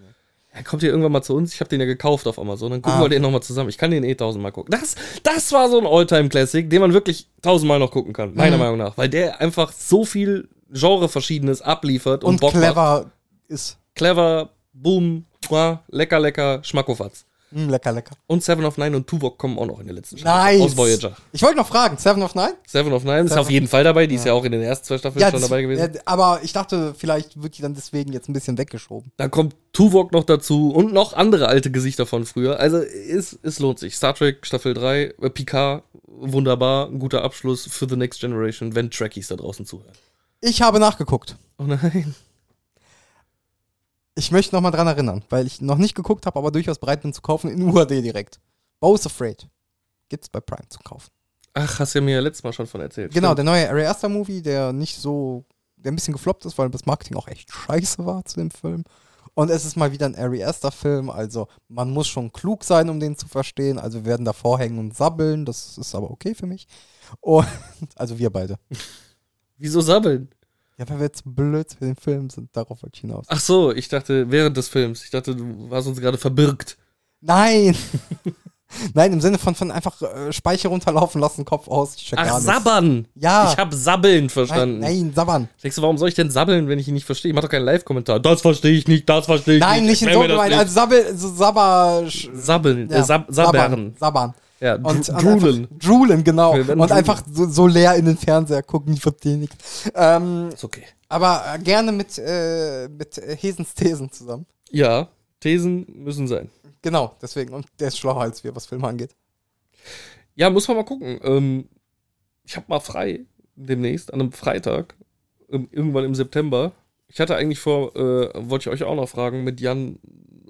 Speaker 1: Er kommt hier irgendwann mal zu uns. Ich habe den ja gekauft auf Amazon. Dann gucken
Speaker 2: Ah.
Speaker 1: wir den nochmal zusammen. Ich kann den eh tausendmal gucken. Das, das war so ein All-Time-Classic, den man wirklich tausendmal noch gucken kann, meiner
Speaker 2: Mhm.
Speaker 1: Meinung nach. Weil der einfach so viel Genre-Verschiedenes abliefert und,
Speaker 2: Und
Speaker 1: Bock macht.
Speaker 2: clever ist.
Speaker 1: Clever, boom, mua, lecker, lecker, Schmackofatz.
Speaker 2: Mm, lecker, lecker.
Speaker 1: Und Seven of Nine und Tuvok kommen auch noch in der letzten
Speaker 2: Nice.
Speaker 1: Aus Voyager.
Speaker 2: Ich wollte noch fragen, Seven of Nine?
Speaker 1: Seven of Nine ist
Speaker 2: Seven
Speaker 1: auf jeden Fall dabei. Die ist ja auch in den ersten zwei Staffeln schon
Speaker 2: das-
Speaker 1: dabei gewesen.
Speaker 2: ja, aber ich dachte, vielleicht wird die dann deswegen jetzt ein bisschen weggeschoben.
Speaker 1: Dann kommt Tuvok noch dazu und noch andere alte Gesichter von früher. Also es, es lohnt sich. Star Trek Staffel 3, äh, Picard, wunderbar, ein guter Abschluss für The Next Generation, wenn Trekkies da draußen zuhören.
Speaker 2: Ich habe nachgeguckt.
Speaker 1: Oh nein.
Speaker 2: Ich möchte nochmal dran erinnern, weil ich noch nicht geguckt habe, aber durchaus bereit bin zu kaufen in UHD direkt. Bo's Afraid. Gibt's bei Prime zu kaufen.
Speaker 1: Ach, hast ja mir ja letztes Mal schon von erzählt.
Speaker 2: Genau,
Speaker 1: Stimmt.
Speaker 2: der neue Ari Aster Movie, der nicht so, der ein bisschen gefloppt ist, weil das Marketing auch echt scheiße war zu dem Film. Und es ist mal wieder ein Ari Aster Film, also man muss schon klug sein, um den zu verstehen. Also wir werden davor hängen und sabbeln, das ist aber okay für mich. Und, also wir beide.
Speaker 1: Wieso sabbeln?
Speaker 2: Ja, weil wir jetzt blöd für den Film sind, darauf wollte ich hinaus.
Speaker 1: Ach so, ich dachte, während des Films. Ich dachte, du hast uns gerade verbirgt.
Speaker 2: Nein! Nein, im Sinne von, von einfach äh, Speicher runterlaufen lassen, Kopf aus, ich check
Speaker 1: Ach,
Speaker 2: gar nichts.
Speaker 1: sabbern.
Speaker 2: Ja.
Speaker 1: Ich hab sabbeln
Speaker 2: Nein,
Speaker 1: verstanden.
Speaker 2: nein, sabbern.
Speaker 1: Denkst du, warum soll ich denn sabbeln, wenn ich ihn nicht verstehe? Ich mach doch keinen Live-Kommentar. Das verstehe ich nicht, das verstehe ich
Speaker 2: Nein, nicht
Speaker 1: nicht.
Speaker 2: in
Speaker 1: Erklär
Speaker 2: so
Speaker 1: mir das
Speaker 2: gemein,
Speaker 1: nicht.
Speaker 2: also sabbel, so sabber... sch-
Speaker 1: Sabbeln,
Speaker 2: ja,
Speaker 1: äh, sab sabbern.
Speaker 2: Sabbern.
Speaker 1: Ja,
Speaker 2: Und,
Speaker 1: dr-
Speaker 2: und droolen.
Speaker 1: droolen.
Speaker 2: Einfach, droolen, genau.
Speaker 1: Wir werden
Speaker 2: Und
Speaker 1: droolen.
Speaker 2: einfach so, so leer in den Fernseher gucken, ich verstehe nichts. Ähm,
Speaker 1: Ist okay.
Speaker 2: aber äh, gerne mit, äh, mit äh, Hesens Thesen zusammen.
Speaker 1: Ja, Thesen müssen sein.
Speaker 2: Genau, deswegen. Und der ist schlauer als wir, was Filme angeht.
Speaker 1: Ja, muss man mal gucken. Ähm, ich habe mal frei demnächst, an einem Freitag, ähm, irgendwann im September. Ich hatte eigentlich vor, äh, wollte ich euch auch noch fragen, mit Jan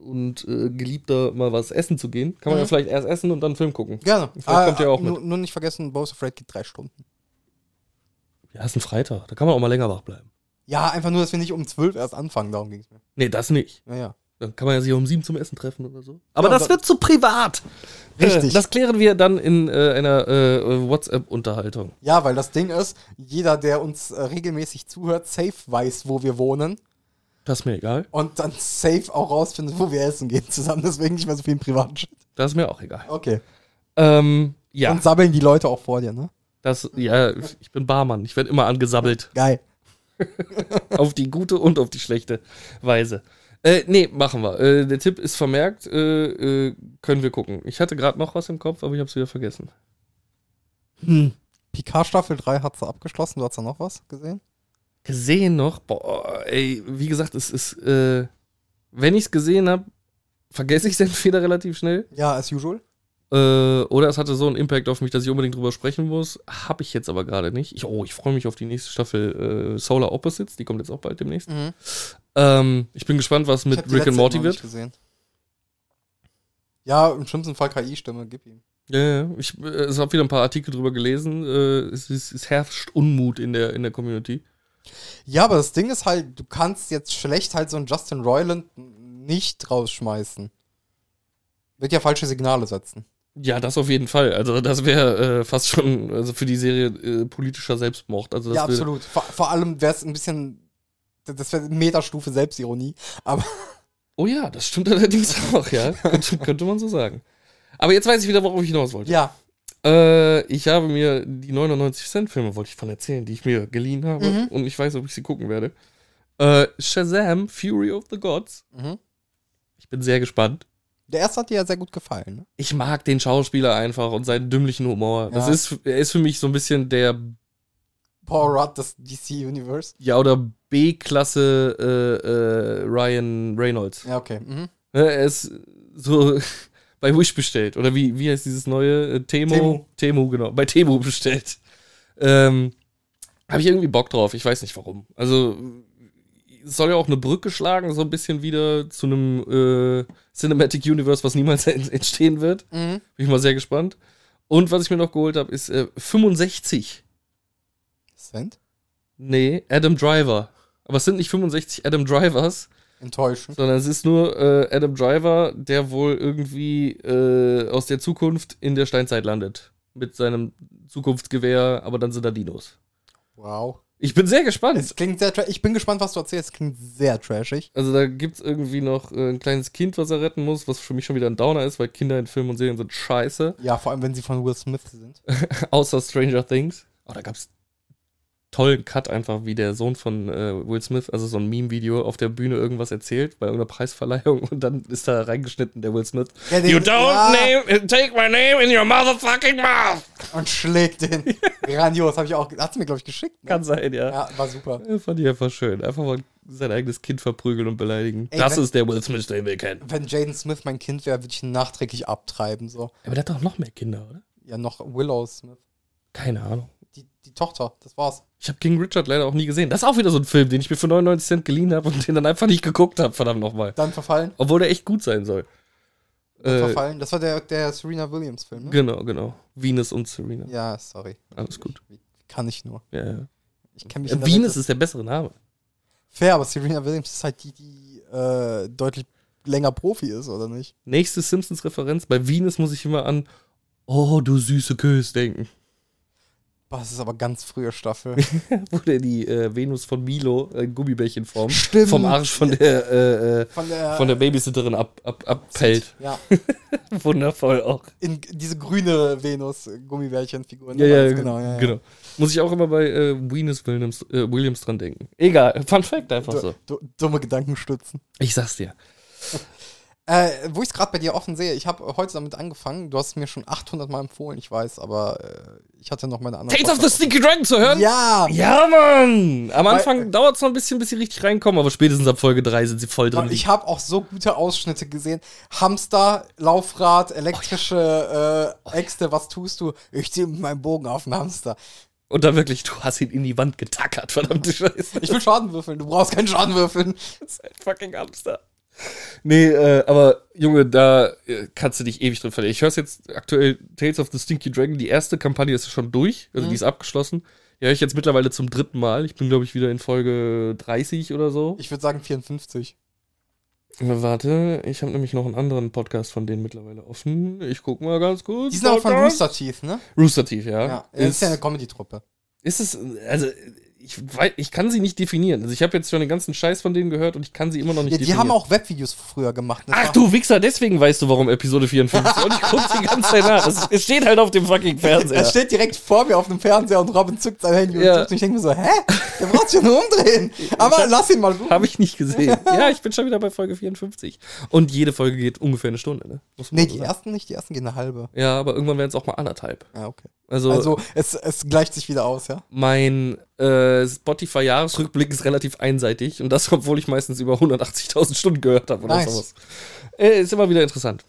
Speaker 1: und äh, Geliebter mal was essen zu gehen. Kann man
Speaker 2: Mhm.
Speaker 1: ja vielleicht erst essen und dann einen Film gucken.
Speaker 2: Gerne. Äh,
Speaker 1: Vielleicht kommt ihr auch mit.
Speaker 2: Nur, nur nicht vergessen, Bo's Afraid geht drei Stunden.
Speaker 1: Ja, ist ein Freitag. Da kann man auch mal länger wach bleiben.
Speaker 2: Ja, einfach nur, dass wir nicht um zwölf erst anfangen, darum ging es mir.
Speaker 1: Nee, das nicht.
Speaker 2: Naja.
Speaker 1: Dann kann man ja sich um sieben zum Essen treffen oder so. Aber
Speaker 2: Ja,
Speaker 1: das
Speaker 2: da-
Speaker 1: wird zu privat.
Speaker 2: Richtig.
Speaker 1: Äh, Das klären wir dann in äh, einer äh, WhatsApp-Unterhaltung.
Speaker 2: Ja, weil das Ding ist, jeder, der uns äh, regelmäßig zuhört, safe weiß, wo wir wohnen
Speaker 1: Das ist mir egal.
Speaker 2: und dann safe auch rausfindet, wo wir essen gehen zusammen. Deswegen nicht mehr so viel im privaten Shit.
Speaker 1: Das ist mir auch egal.
Speaker 2: Okay.
Speaker 1: Ähm, ja.
Speaker 2: Und sabbeln die Leute auch vor dir, ne?
Speaker 1: Das, ja, ich bin Barmann. Ich werde immer angesabbelt.
Speaker 2: Geil.
Speaker 1: auf die gute und auf die schlechte Weise. Äh, nee, machen wir. Äh, der Tipp ist vermerkt. Äh, äh, können wir gucken. Ich hatte gerade noch was im Kopf, aber ich habe es wieder vergessen.
Speaker 2: Hm. Picard Staffel 3 hat sie abgeschlossen. Du hast da noch was gesehen?
Speaker 1: Gesehen noch? Boah, ey, wie gesagt, es ist, äh, wenn ich es gesehen habe, vergesse ich es entweder relativ schnell
Speaker 2: Ja, as usual.
Speaker 1: äh, oder es hatte so einen Impact auf mich, dass ich unbedingt drüber sprechen muss. Habe ich jetzt aber gerade nicht. Ich, oh, ich freue mich auf die nächste Staffel äh, Solar Opposites. Die kommt jetzt auch bald demnächst.
Speaker 2: Mhm.
Speaker 1: Ähm, ich bin gespannt, was mit Rick and Morty wird.
Speaker 2: Gesehen. Ja, im schlimmsten Fall KI-Stimme, gib ihm.
Speaker 1: Ja, ja, ich äh, es habe wieder ein paar Artikel drüber gelesen. Äh, es, ist, es herrscht Unmut in der, in der Community.
Speaker 2: Ja, aber das Ding ist halt, du kannst jetzt schlecht halt so einen Justin Roiland nicht rausschmeißen. Wird ja falsche Signale setzen.
Speaker 1: Ja, das auf jeden Fall. Also das wäre äh, fast schon also für die Serie äh, politischer Selbstmord. Also das
Speaker 2: ja,
Speaker 1: würde-
Speaker 2: absolut. Vor, vor allem wäre es ein bisschen, das wäre Metastufe Selbstironie. Aber
Speaker 1: Oh ja, das stimmt allerdings auch, ja. Könnte, könnte man so sagen. Aber jetzt weiß ich wieder, worauf ich hinaus wollte.
Speaker 2: Ja.
Speaker 1: Äh, ich habe mir die 99-Cent-Filme, wollte ich von erzählen, die ich mir geliehen habe
Speaker 2: Mhm.
Speaker 1: und ich weiß, ob ich sie gucken werde. Äh, Shazam, Fury of the Gods.
Speaker 2: Mhm.
Speaker 1: Ich bin sehr gespannt.
Speaker 2: Der erste hat dir ja sehr gut gefallen. Ne?
Speaker 1: Ich mag den Schauspieler einfach und seinen dümmlichen Humor. Das
Speaker 2: Ja.
Speaker 1: ist, er ist für mich so ein bisschen der
Speaker 2: Paul Rudd, das DC-Universe.
Speaker 1: Ja, oder B-Klasse äh, äh, Ryan Reynolds.
Speaker 2: Ja, okay. Mhm.
Speaker 1: Ne, er ist so bei Wish bestellt. Oder wie, wie heißt dieses neue? Äh, Temo?
Speaker 2: Temu.
Speaker 1: Temu, genau. Bei Temu bestellt. Ähm, Habe ich irgendwie Bock drauf. Ich weiß nicht warum. Also es soll ja auch eine Brücke schlagen, so ein bisschen wieder zu einem äh, Cinematic Universe, was niemals en- entstehen wird.
Speaker 2: Mhm.
Speaker 1: Bin ich mal sehr gespannt. Und was ich mir noch geholt habe, ist äh, 65
Speaker 2: Cent?
Speaker 1: Nee, Adam Driver. Aber es sind nicht 65 Adam Drivers,
Speaker 2: Enttäuschend.
Speaker 1: Mhm. sondern es ist nur äh, Adam Driver, der wohl irgendwie äh, aus der Zukunft in der Steinzeit landet. Mit seinem Zukunftsgewehr, aber dann sind da Dinos.
Speaker 2: Wow.
Speaker 1: Ich bin sehr gespannt.
Speaker 2: Es klingt sehr tra- Ich bin gespannt, was du erzählst. Es klingt sehr trashig.
Speaker 1: also da gibt es irgendwie noch äh, ein kleines Kind, was er retten muss, was für mich schon wieder ein Downer ist, weil Kinder in Filmen und Serien sind scheiße.
Speaker 2: Ja, vor allem, wenn sie von Will Smith sind.
Speaker 1: Außer Stranger Things. Oh, da gab's tollen Cut einfach, wie der Sohn von äh, Will Smith, also so ein Meme-Video, auf der Bühne irgendwas erzählt bei irgendeiner Preisverleihung und dann ist da reingeschnitten der Will Smith.
Speaker 2: Ja, den- Ah,
Speaker 1: you don't
Speaker 2: ja.
Speaker 1: name, take my name in your motherfucking mouth!
Speaker 2: Und schlägt den. Grandios, habe ich auch. Hat's mir, glaube ich, geschickt. Ne?
Speaker 1: Kann sein, ja.
Speaker 2: ja, war super.
Speaker 1: ja. Fand ich einfach schön. Einfach mal sein eigenes Kind verprügeln und beleidigen.
Speaker 2: Ey,
Speaker 1: das
Speaker 2: wenn-
Speaker 1: ist der Will Smith, den wir kennen.
Speaker 2: Wenn Jaden Smith mein Kind wäre, würde ich ihn nachträglich abtreiben. So.
Speaker 1: Aber der hat doch noch mehr Kinder, oder?
Speaker 2: Ja, noch Willow Smith.
Speaker 1: Keine Ahnung.
Speaker 2: Die, die Tochter, das war's.
Speaker 1: Ich habe King Richard leider auch nie gesehen. Das ist auch wieder so ein Film, den ich mir für 99 Cent geliehen habe und den dann einfach nicht geguckt habe, verdammt nochmal.
Speaker 2: Dann verfallen.
Speaker 1: Obwohl der echt gut sein soll.
Speaker 2: Dann
Speaker 1: Äh,
Speaker 2: verfallen. Das war der, der Serena Williams-Film, ne?
Speaker 1: genau, genau. Venus und Serena.
Speaker 2: Ja, sorry.
Speaker 1: Alles gut.
Speaker 2: Wie kann ich nur?
Speaker 1: Ja, ja.
Speaker 2: Ich kenne mich in
Speaker 1: Äh,
Speaker 2: der
Speaker 1: Venus
Speaker 2: Welt-
Speaker 1: ist der bessere Name.
Speaker 2: fair, aber Serena Williams ist halt die, die äh, deutlich länger Profi ist, oder nicht?
Speaker 1: Nächste Simpsons-Referenz. Bei Venus muss ich immer an Oh, du süße Kös denken.
Speaker 2: Boah, das ist aber ganz frühe Staffel.
Speaker 1: Wo der die äh, Venus von Milo äh, in Gummibärchenform
Speaker 2: Stimmt.
Speaker 1: vom Arsch von der, äh, äh,
Speaker 2: Von der,
Speaker 1: von der Babysitterin ab, ab, abfällt.
Speaker 2: Ja,
Speaker 1: Wundervoll auch.
Speaker 2: in diese grüne Venus-Gummibärchen-Figur. ne?
Speaker 1: Ja, ja,
Speaker 2: Alles
Speaker 1: genau,
Speaker 2: ja, ja.
Speaker 1: Muss ich auch immer bei äh, Venus Williams, äh, Williams dran denken. Egal, Fun Fact einfach so.
Speaker 2: Du, du, dumme Gedankenstützen.
Speaker 1: Ich sag's dir.
Speaker 2: Äh, wo ich es gerade bei dir offen sehe, ich habe heute damit angefangen. Du hast es mir schon 800 Mal empfohlen, ich weiß, aber äh, ich hatte noch meine anderen.
Speaker 1: Tales of the
Speaker 2: Podcasts
Speaker 1: Stinky Dragon zu hören?
Speaker 2: offen. Ja!
Speaker 1: Ja, Mann! Am Anfang
Speaker 2: Weil-
Speaker 1: dauert es noch ein bisschen, bis sie richtig reinkommen, aber spätestens ab Folge 3 sind sie voll drin.
Speaker 2: Ich habe auch so gute Ausschnitte gesehen. Hamster, Laufrad, elektrische äh, Äxte, was tust du? Ich ziehe mit meinem Bogen auf den Hamster.
Speaker 1: Und dann wirklich, du hast ihn in die Wand getackert, verdammte Scheiße.
Speaker 2: Ich will Schaden würfeln, du brauchst keinen Schaden würfeln.
Speaker 1: Das ist ein fucking Hamster. Nee, äh, aber Junge, da äh, kannst du dich ewig drin verlieren. Ich höre jetzt aktuell Tales of the Stinky Dragon. Die erste Kampagne ist schon durch, also
Speaker 2: Mhm.
Speaker 1: die ist abgeschlossen. Die höre ich jetzt mittlerweile zum dritten Mal. Ich bin, glaube ich, wieder in Folge 30 oder so.
Speaker 2: Ich würde sagen 54.
Speaker 1: Warte, ich habe nämlich noch einen anderen Podcast von denen mittlerweile offen. Ich guck mal ganz kurz.
Speaker 2: Die sind auch von
Speaker 1: Podcast.
Speaker 2: Rooster Teeth, ne?
Speaker 1: Rooster Teeth, ja.
Speaker 2: Ja. Das ist ja eine Comedy-Truppe.
Speaker 1: Ist es, also, ich, weiß, ich kann sie nicht definieren. Also, ich habe jetzt schon den ganzen Scheiß von denen gehört und ich kann sie immer noch nicht
Speaker 2: Ja, die
Speaker 1: definieren.
Speaker 2: haben auch Webvideos früher gemacht. ne? Das
Speaker 1: Ach
Speaker 2: war-
Speaker 1: du Wichser, deswegen weißt du, warum Episode 54. und ich guck die ganze Zeit nach. Es, es steht halt auf dem fucking
Speaker 2: Er
Speaker 1: Fernseher.
Speaker 2: steht direkt vor mir auf dem Fernseher und Robin zückt sein Handy und
Speaker 1: Ja.
Speaker 2: tippt. Und ich denke mir so, hä? Der braucht sich ja nur umdrehen. Aber lass ihn mal gucken.
Speaker 1: Habe ich nicht gesehen. Ja, ich bin schon wieder bei Folge 54. Und jede Folge geht ungefähr eine Stunde, ne? Muss man
Speaker 2: Nee,
Speaker 1: so
Speaker 2: die
Speaker 1: sagen.
Speaker 2: ersten nicht, die ersten gehen eine halbe.
Speaker 1: Ja, aber irgendwann werden es auch mal anderthalb.
Speaker 2: Ja, okay.
Speaker 1: Also,
Speaker 2: Also es, es gleicht sich wieder aus, ja?
Speaker 1: mein äh, Spotify-Jahresrückblick ist relativ einseitig. Und das, obwohl ich meistens über 180.000 Stunden gehört habe oder
Speaker 2: Nice.
Speaker 1: sowas. Äh, ist immer wieder interessant.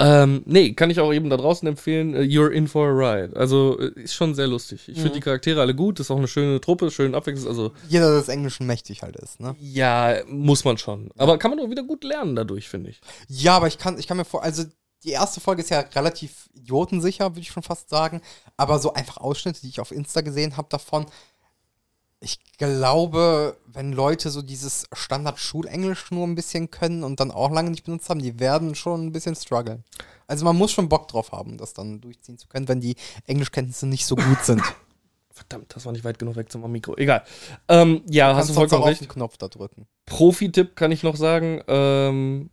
Speaker 1: Ähm, nee, kann ich auch eben da draußen empfehlen. äh, You're in for a ride. Also äh, ist schon sehr lustig. Ich
Speaker 2: Mhm.
Speaker 1: finde die Charaktere alle gut. Ist auch eine schöne Truppe, schön abwechselnd. Also
Speaker 2: Jeder, der des Englischen mächtig halt ist, ne?
Speaker 1: ja, muss man schon. Aber kann man auch wieder gut lernen dadurch, finde ich.
Speaker 2: Ja, aber ich kann, ich kann mir vor, also die erste Folge ist ja relativ idiotensicher, würde ich schon fast sagen. Aber so einfach Ausschnitte, die ich auf Insta gesehen habe davon. Ich glaube, wenn Leute so dieses Standard-Schulenglisch nur ein bisschen können und dann auch lange nicht benutzt haben, die werden schon ein bisschen strugglen. Also man muss schon Bock drauf haben, das dann durchziehen zu können, wenn die Englischkenntnisse nicht so gut sind.
Speaker 1: Verdammt, das war nicht weit genug weg zum Mikro. Egal. Ähm, ja, hast du
Speaker 2: sonst auch
Speaker 1: vollkommen
Speaker 2: auf
Speaker 1: recht.
Speaker 2: den Knopf da drücken.
Speaker 1: Profi-Tipp kann ich noch sagen. Ähm,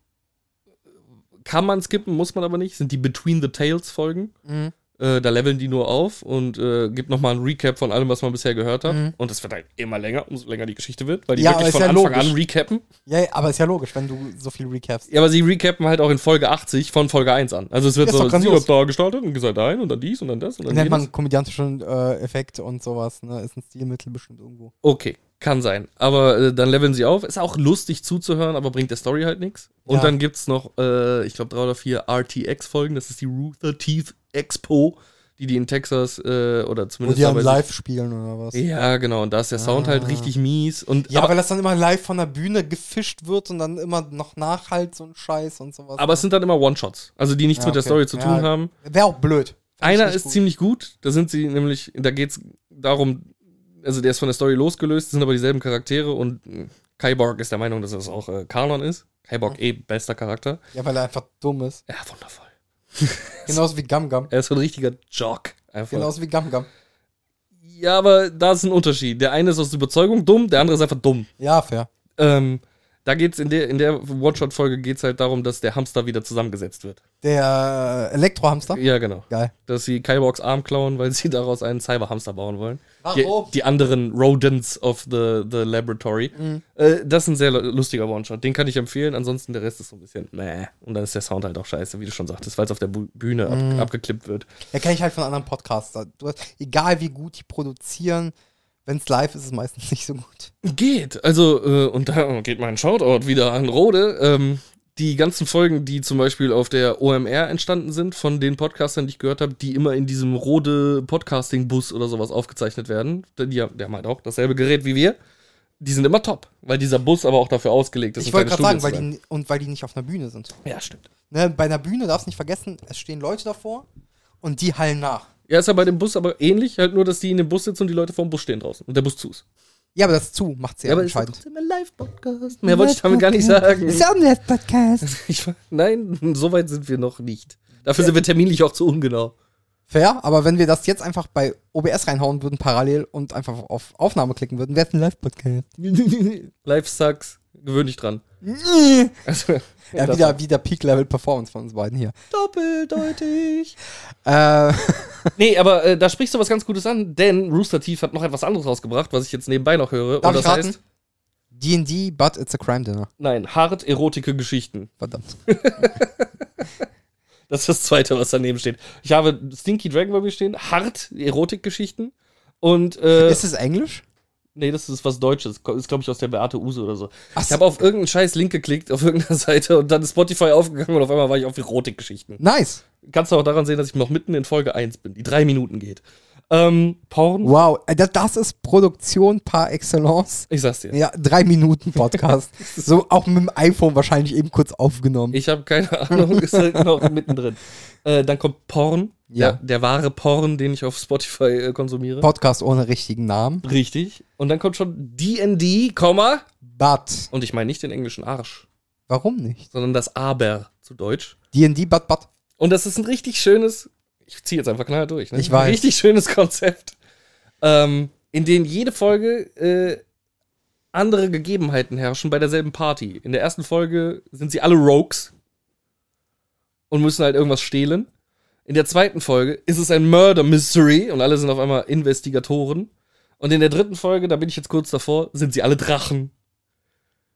Speaker 1: kann man skippen, muss man aber nicht. Sind die Between the Tales Folgen.
Speaker 2: Mhm.
Speaker 1: Äh, da leveln die nur auf und äh, gibt nochmal ein Recap von allem, was man bisher gehört hat.
Speaker 2: Mhm.
Speaker 1: Und das wird halt immer länger, umso länger die Geschichte wird, weil die
Speaker 2: Ja, aber
Speaker 1: wirklich
Speaker 2: ist
Speaker 1: von
Speaker 2: ja
Speaker 1: Anfang an
Speaker 2: logisch.
Speaker 1: recappen.
Speaker 2: Ja, ja, aber ist ja logisch, wenn du so viel recapst.
Speaker 1: Ja, aber sie recappen halt auch in Folge 80 von Folge 1 an. Also es wird
Speaker 2: Ist
Speaker 1: so
Speaker 2: doch grandios.
Speaker 1: da gestaltet und gesagt ein und dann dies und dann das und dann
Speaker 2: Nennt
Speaker 1: jenes.
Speaker 2: man komödiantischen äh, Effekt und sowas, ne? Ist ein Stilmittel bestimmt irgendwo.
Speaker 1: Okay, kann sein. Aber äh, dann leveln sie auf. Ist auch lustig zuzuhören, aber bringt der Story halt nichts. Und
Speaker 2: Ja.
Speaker 1: dann gibt's noch, äh, ich glaube, drei oder vier RTX-Folgen. Das ist die Ruther Teeth Expo, die die in Texas äh, oder
Speaker 2: Wo
Speaker 1: zumindest
Speaker 2: die am
Speaker 1: teilweise-
Speaker 2: live spielen oder was.
Speaker 1: Ja, genau. Und da ist der Sound halt
Speaker 2: Ah.
Speaker 1: richtig mies. Und,
Speaker 2: Ja,
Speaker 1: aber,
Speaker 2: weil das dann immer live von der Bühne gefischt wird und dann immer noch nachhalt so ein Scheiß und sowas.
Speaker 1: aber es sind dann immer One-Shots. Also die nichts
Speaker 2: Ja,
Speaker 1: mit der
Speaker 2: okay.
Speaker 1: Story zu
Speaker 2: Ja.
Speaker 1: tun haben.
Speaker 2: Wäre auch blöd. Fand ich
Speaker 1: Einer
Speaker 2: nicht
Speaker 1: ist
Speaker 2: gut.
Speaker 1: ziemlich gut. Da sind sie nämlich, da geht's darum, also der ist von der Story losgelöst, sind aber dieselben Charaktere und mh, Kyborg ist der Meinung, dass das auch äh, Kanon ist. Kyborg eh bester Charakter.
Speaker 2: Ja, weil er einfach dumm ist.
Speaker 1: Ja, wundervoll.
Speaker 2: Genauso wie Gum Gum.
Speaker 1: Er ist so ein richtiger Jock. Einfach.
Speaker 2: Genauso wie Gum Gum.
Speaker 1: Ja, aber da ist ein Unterschied. Der eine ist aus Überzeugung dumm, der andere ist einfach dumm.
Speaker 2: Ja, fair.
Speaker 1: Ähm, da geht's in der, in der One-Shot-Folge geht's halt darum, dass der Hamster wieder zusammengesetzt wird.
Speaker 2: Der äh, Elektrohamster.
Speaker 1: Ja, genau.
Speaker 2: Geil.
Speaker 1: Dass sie Kyborgs Arm klauen, weil sie daraus einen Cyberhamster bauen wollen.
Speaker 2: Warum?
Speaker 1: Die, die anderen Rodents of the, the Laboratory. Äh, das ist ein sehr lu- lustiger One-Shot. Den kann ich empfehlen. Ansonsten der Rest ist so ein bisschen meh. Und dann ist der Sound halt auch scheiße, wie du schon sagtest, weil es auf der Bu- Bühne ab, abgeklippt wird.
Speaker 2: Ja, kenne ich halt von anderen Podcastern. Du hast, egal wie gut die produzieren, wenn es live ist, ist es meistens nicht so gut.
Speaker 1: Geht. Also, äh, und da geht mein Shoutout wieder an Rode. Ähm, die ganzen Folgen, die zum Beispiel auf der OMR entstanden sind, von den Podcastern, die ich gehört habe, die immer in diesem Rode Podcasting-Bus oder sowas aufgezeichnet werden, denn die, haben- die haben halt auch dasselbe Gerät wie wir, die sind immer top, weil dieser Bus aber auch dafür ausgelegt ist.
Speaker 2: Ich
Speaker 1: um
Speaker 2: wollte gerade
Speaker 1: kleine
Speaker 2: sagen, weil die,
Speaker 1: Studien zu
Speaker 2: ni- und weil die nicht auf einer Bühne sind.
Speaker 1: sein. Ja, stimmt.
Speaker 2: Ne, bei einer Bühne darfst nicht vergessen, es stehen Leute davor und die hallen nach.
Speaker 1: Ja, ist ja bei dem Bus aber ähnlich, halt nur, dass die in dem Bus sitzen und die Leute vor dem Bus stehen draußen und der Bus zu ist.
Speaker 2: Ja, aber das zu macht sehr
Speaker 1: Ja, aber ist ja
Speaker 2: entscheidend.
Speaker 1: trotzdem ein Live-Podcast. Mehr wollte ich damit gar nicht sagen.
Speaker 2: Ist ja ein Live-Podcast.
Speaker 1: Ich, nein, so weit sind wir noch nicht. Dafür sind wir terminlich auch zu ungenau.
Speaker 2: Fair, aber wenn wir das jetzt einfach bei OBS reinhauen würden, parallel und einfach auf Aufnahme klicken würden, wäre es ein Live-Podcast.
Speaker 1: Life sucks. Gewöhn dich dran.
Speaker 2: ja,
Speaker 1: Also,
Speaker 2: wieder, wieder Peak-Level-Performance von uns beiden hier.
Speaker 1: doppeldeutig.
Speaker 2: Äh,
Speaker 1: Nee, aber äh, da sprichst du was ganz Gutes an, denn Rooster Teeth hat noch etwas anderes rausgebracht, was ich jetzt nebenbei noch höre.
Speaker 2: Darf
Speaker 1: und das
Speaker 2: ich raten?
Speaker 1: heißt,
Speaker 2: D&D, but it's a crime dinner.
Speaker 1: nein, hart erotike Geschichten.
Speaker 2: Verdammt.
Speaker 1: Das ist das zweite, was daneben steht. Ich habe Stinky Dragon bei mir stehen, hart Erotikgeschichten. Und äh,
Speaker 2: Ist es Englisch?
Speaker 1: nee, das ist was Deutsches. Ko- Ist, glaube ich, aus der Beate Use oder so.
Speaker 2: Ach
Speaker 1: Ich habe auf irgendeinen scheiß Link geklickt, auf irgendeiner Seite und dann ist Spotify aufgegangen und auf einmal war ich auf Erotikgeschichten.
Speaker 2: Nice.
Speaker 1: Kannst du auch daran sehen, dass ich noch mitten in Folge 1 bin, die drei Minuten geht. Ähm, Porn?
Speaker 2: Wow. Äh, Das, das ist Produktion par excellence.
Speaker 1: Ich sag's dir.
Speaker 2: Ja, drei Minuten Podcast. so auch mit dem iPhone wahrscheinlich eben kurz aufgenommen.
Speaker 1: Ich habe keine Ahnung, ist halt noch mittendrin. Äh, dann kommt Porn.
Speaker 2: Ja.
Speaker 1: Der, der wahre Porn, den ich auf Spotify äh, konsumiere.
Speaker 2: Podcast ohne richtigen Namen.
Speaker 1: Richtig. Und dann kommt schon D&D, Komma.
Speaker 2: But.
Speaker 1: Und ich meine nicht den englischen Arsch,
Speaker 2: Warum nicht?
Speaker 1: sondern das Aber zu Deutsch.
Speaker 2: D&D, but, but.
Speaker 1: Und das ist ein richtig schönes, ich ziehe jetzt einfach knall durch, ne?
Speaker 2: Ich weiß.
Speaker 1: Ein richtig schönes Konzept, ähm, in dem jede Folge äh, andere Gegebenheiten herrschen bei derselben Party. In der ersten Folge sind sie alle Rogues und müssen halt irgendwas stehlen. In der zweiten Folge ist es ein Murder Mystery und alle sind auf einmal Investigatoren. Und in der dritten Folge, da bin ich jetzt kurz davor, sind sie alle Drachen.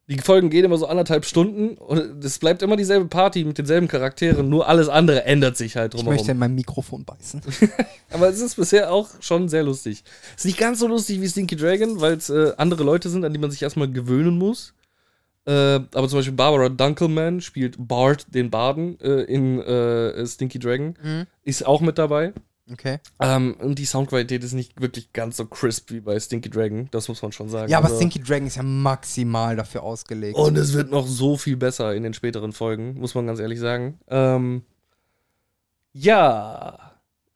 Speaker 1: Die Folgen gehen immer so anderthalb Stunden und es bleibt immer dieselbe Party mit denselben Charakteren, nur alles andere ändert sich halt
Speaker 2: Ich
Speaker 1: drumherum.
Speaker 2: möchte in mein Mikrofon beißen.
Speaker 1: Aber es ist bisher auch schon sehr lustig. Ist nicht ganz so lustig wie Stinky Dragon, weil es äh, andere Leute sind, an die man sich erstmal gewöhnen muss. Äh, aber zum Beispiel Barbara Dunkelman spielt Bart, den Baden, äh, in äh, Stinky Dragon.
Speaker 2: Mhm.
Speaker 1: Ist auch mit dabei.
Speaker 2: Okay.
Speaker 1: Ähm, und die Soundqualität ist nicht wirklich ganz so crisp wie bei Stinky Dragon. Das muss man schon sagen.
Speaker 2: Ja, aber
Speaker 1: Also-
Speaker 2: Stinky Dragon ist ja maximal dafür ausgelegt.
Speaker 1: und es wird noch so viel besser in den späteren Folgen, muss man ganz ehrlich sagen. Ähm, ja,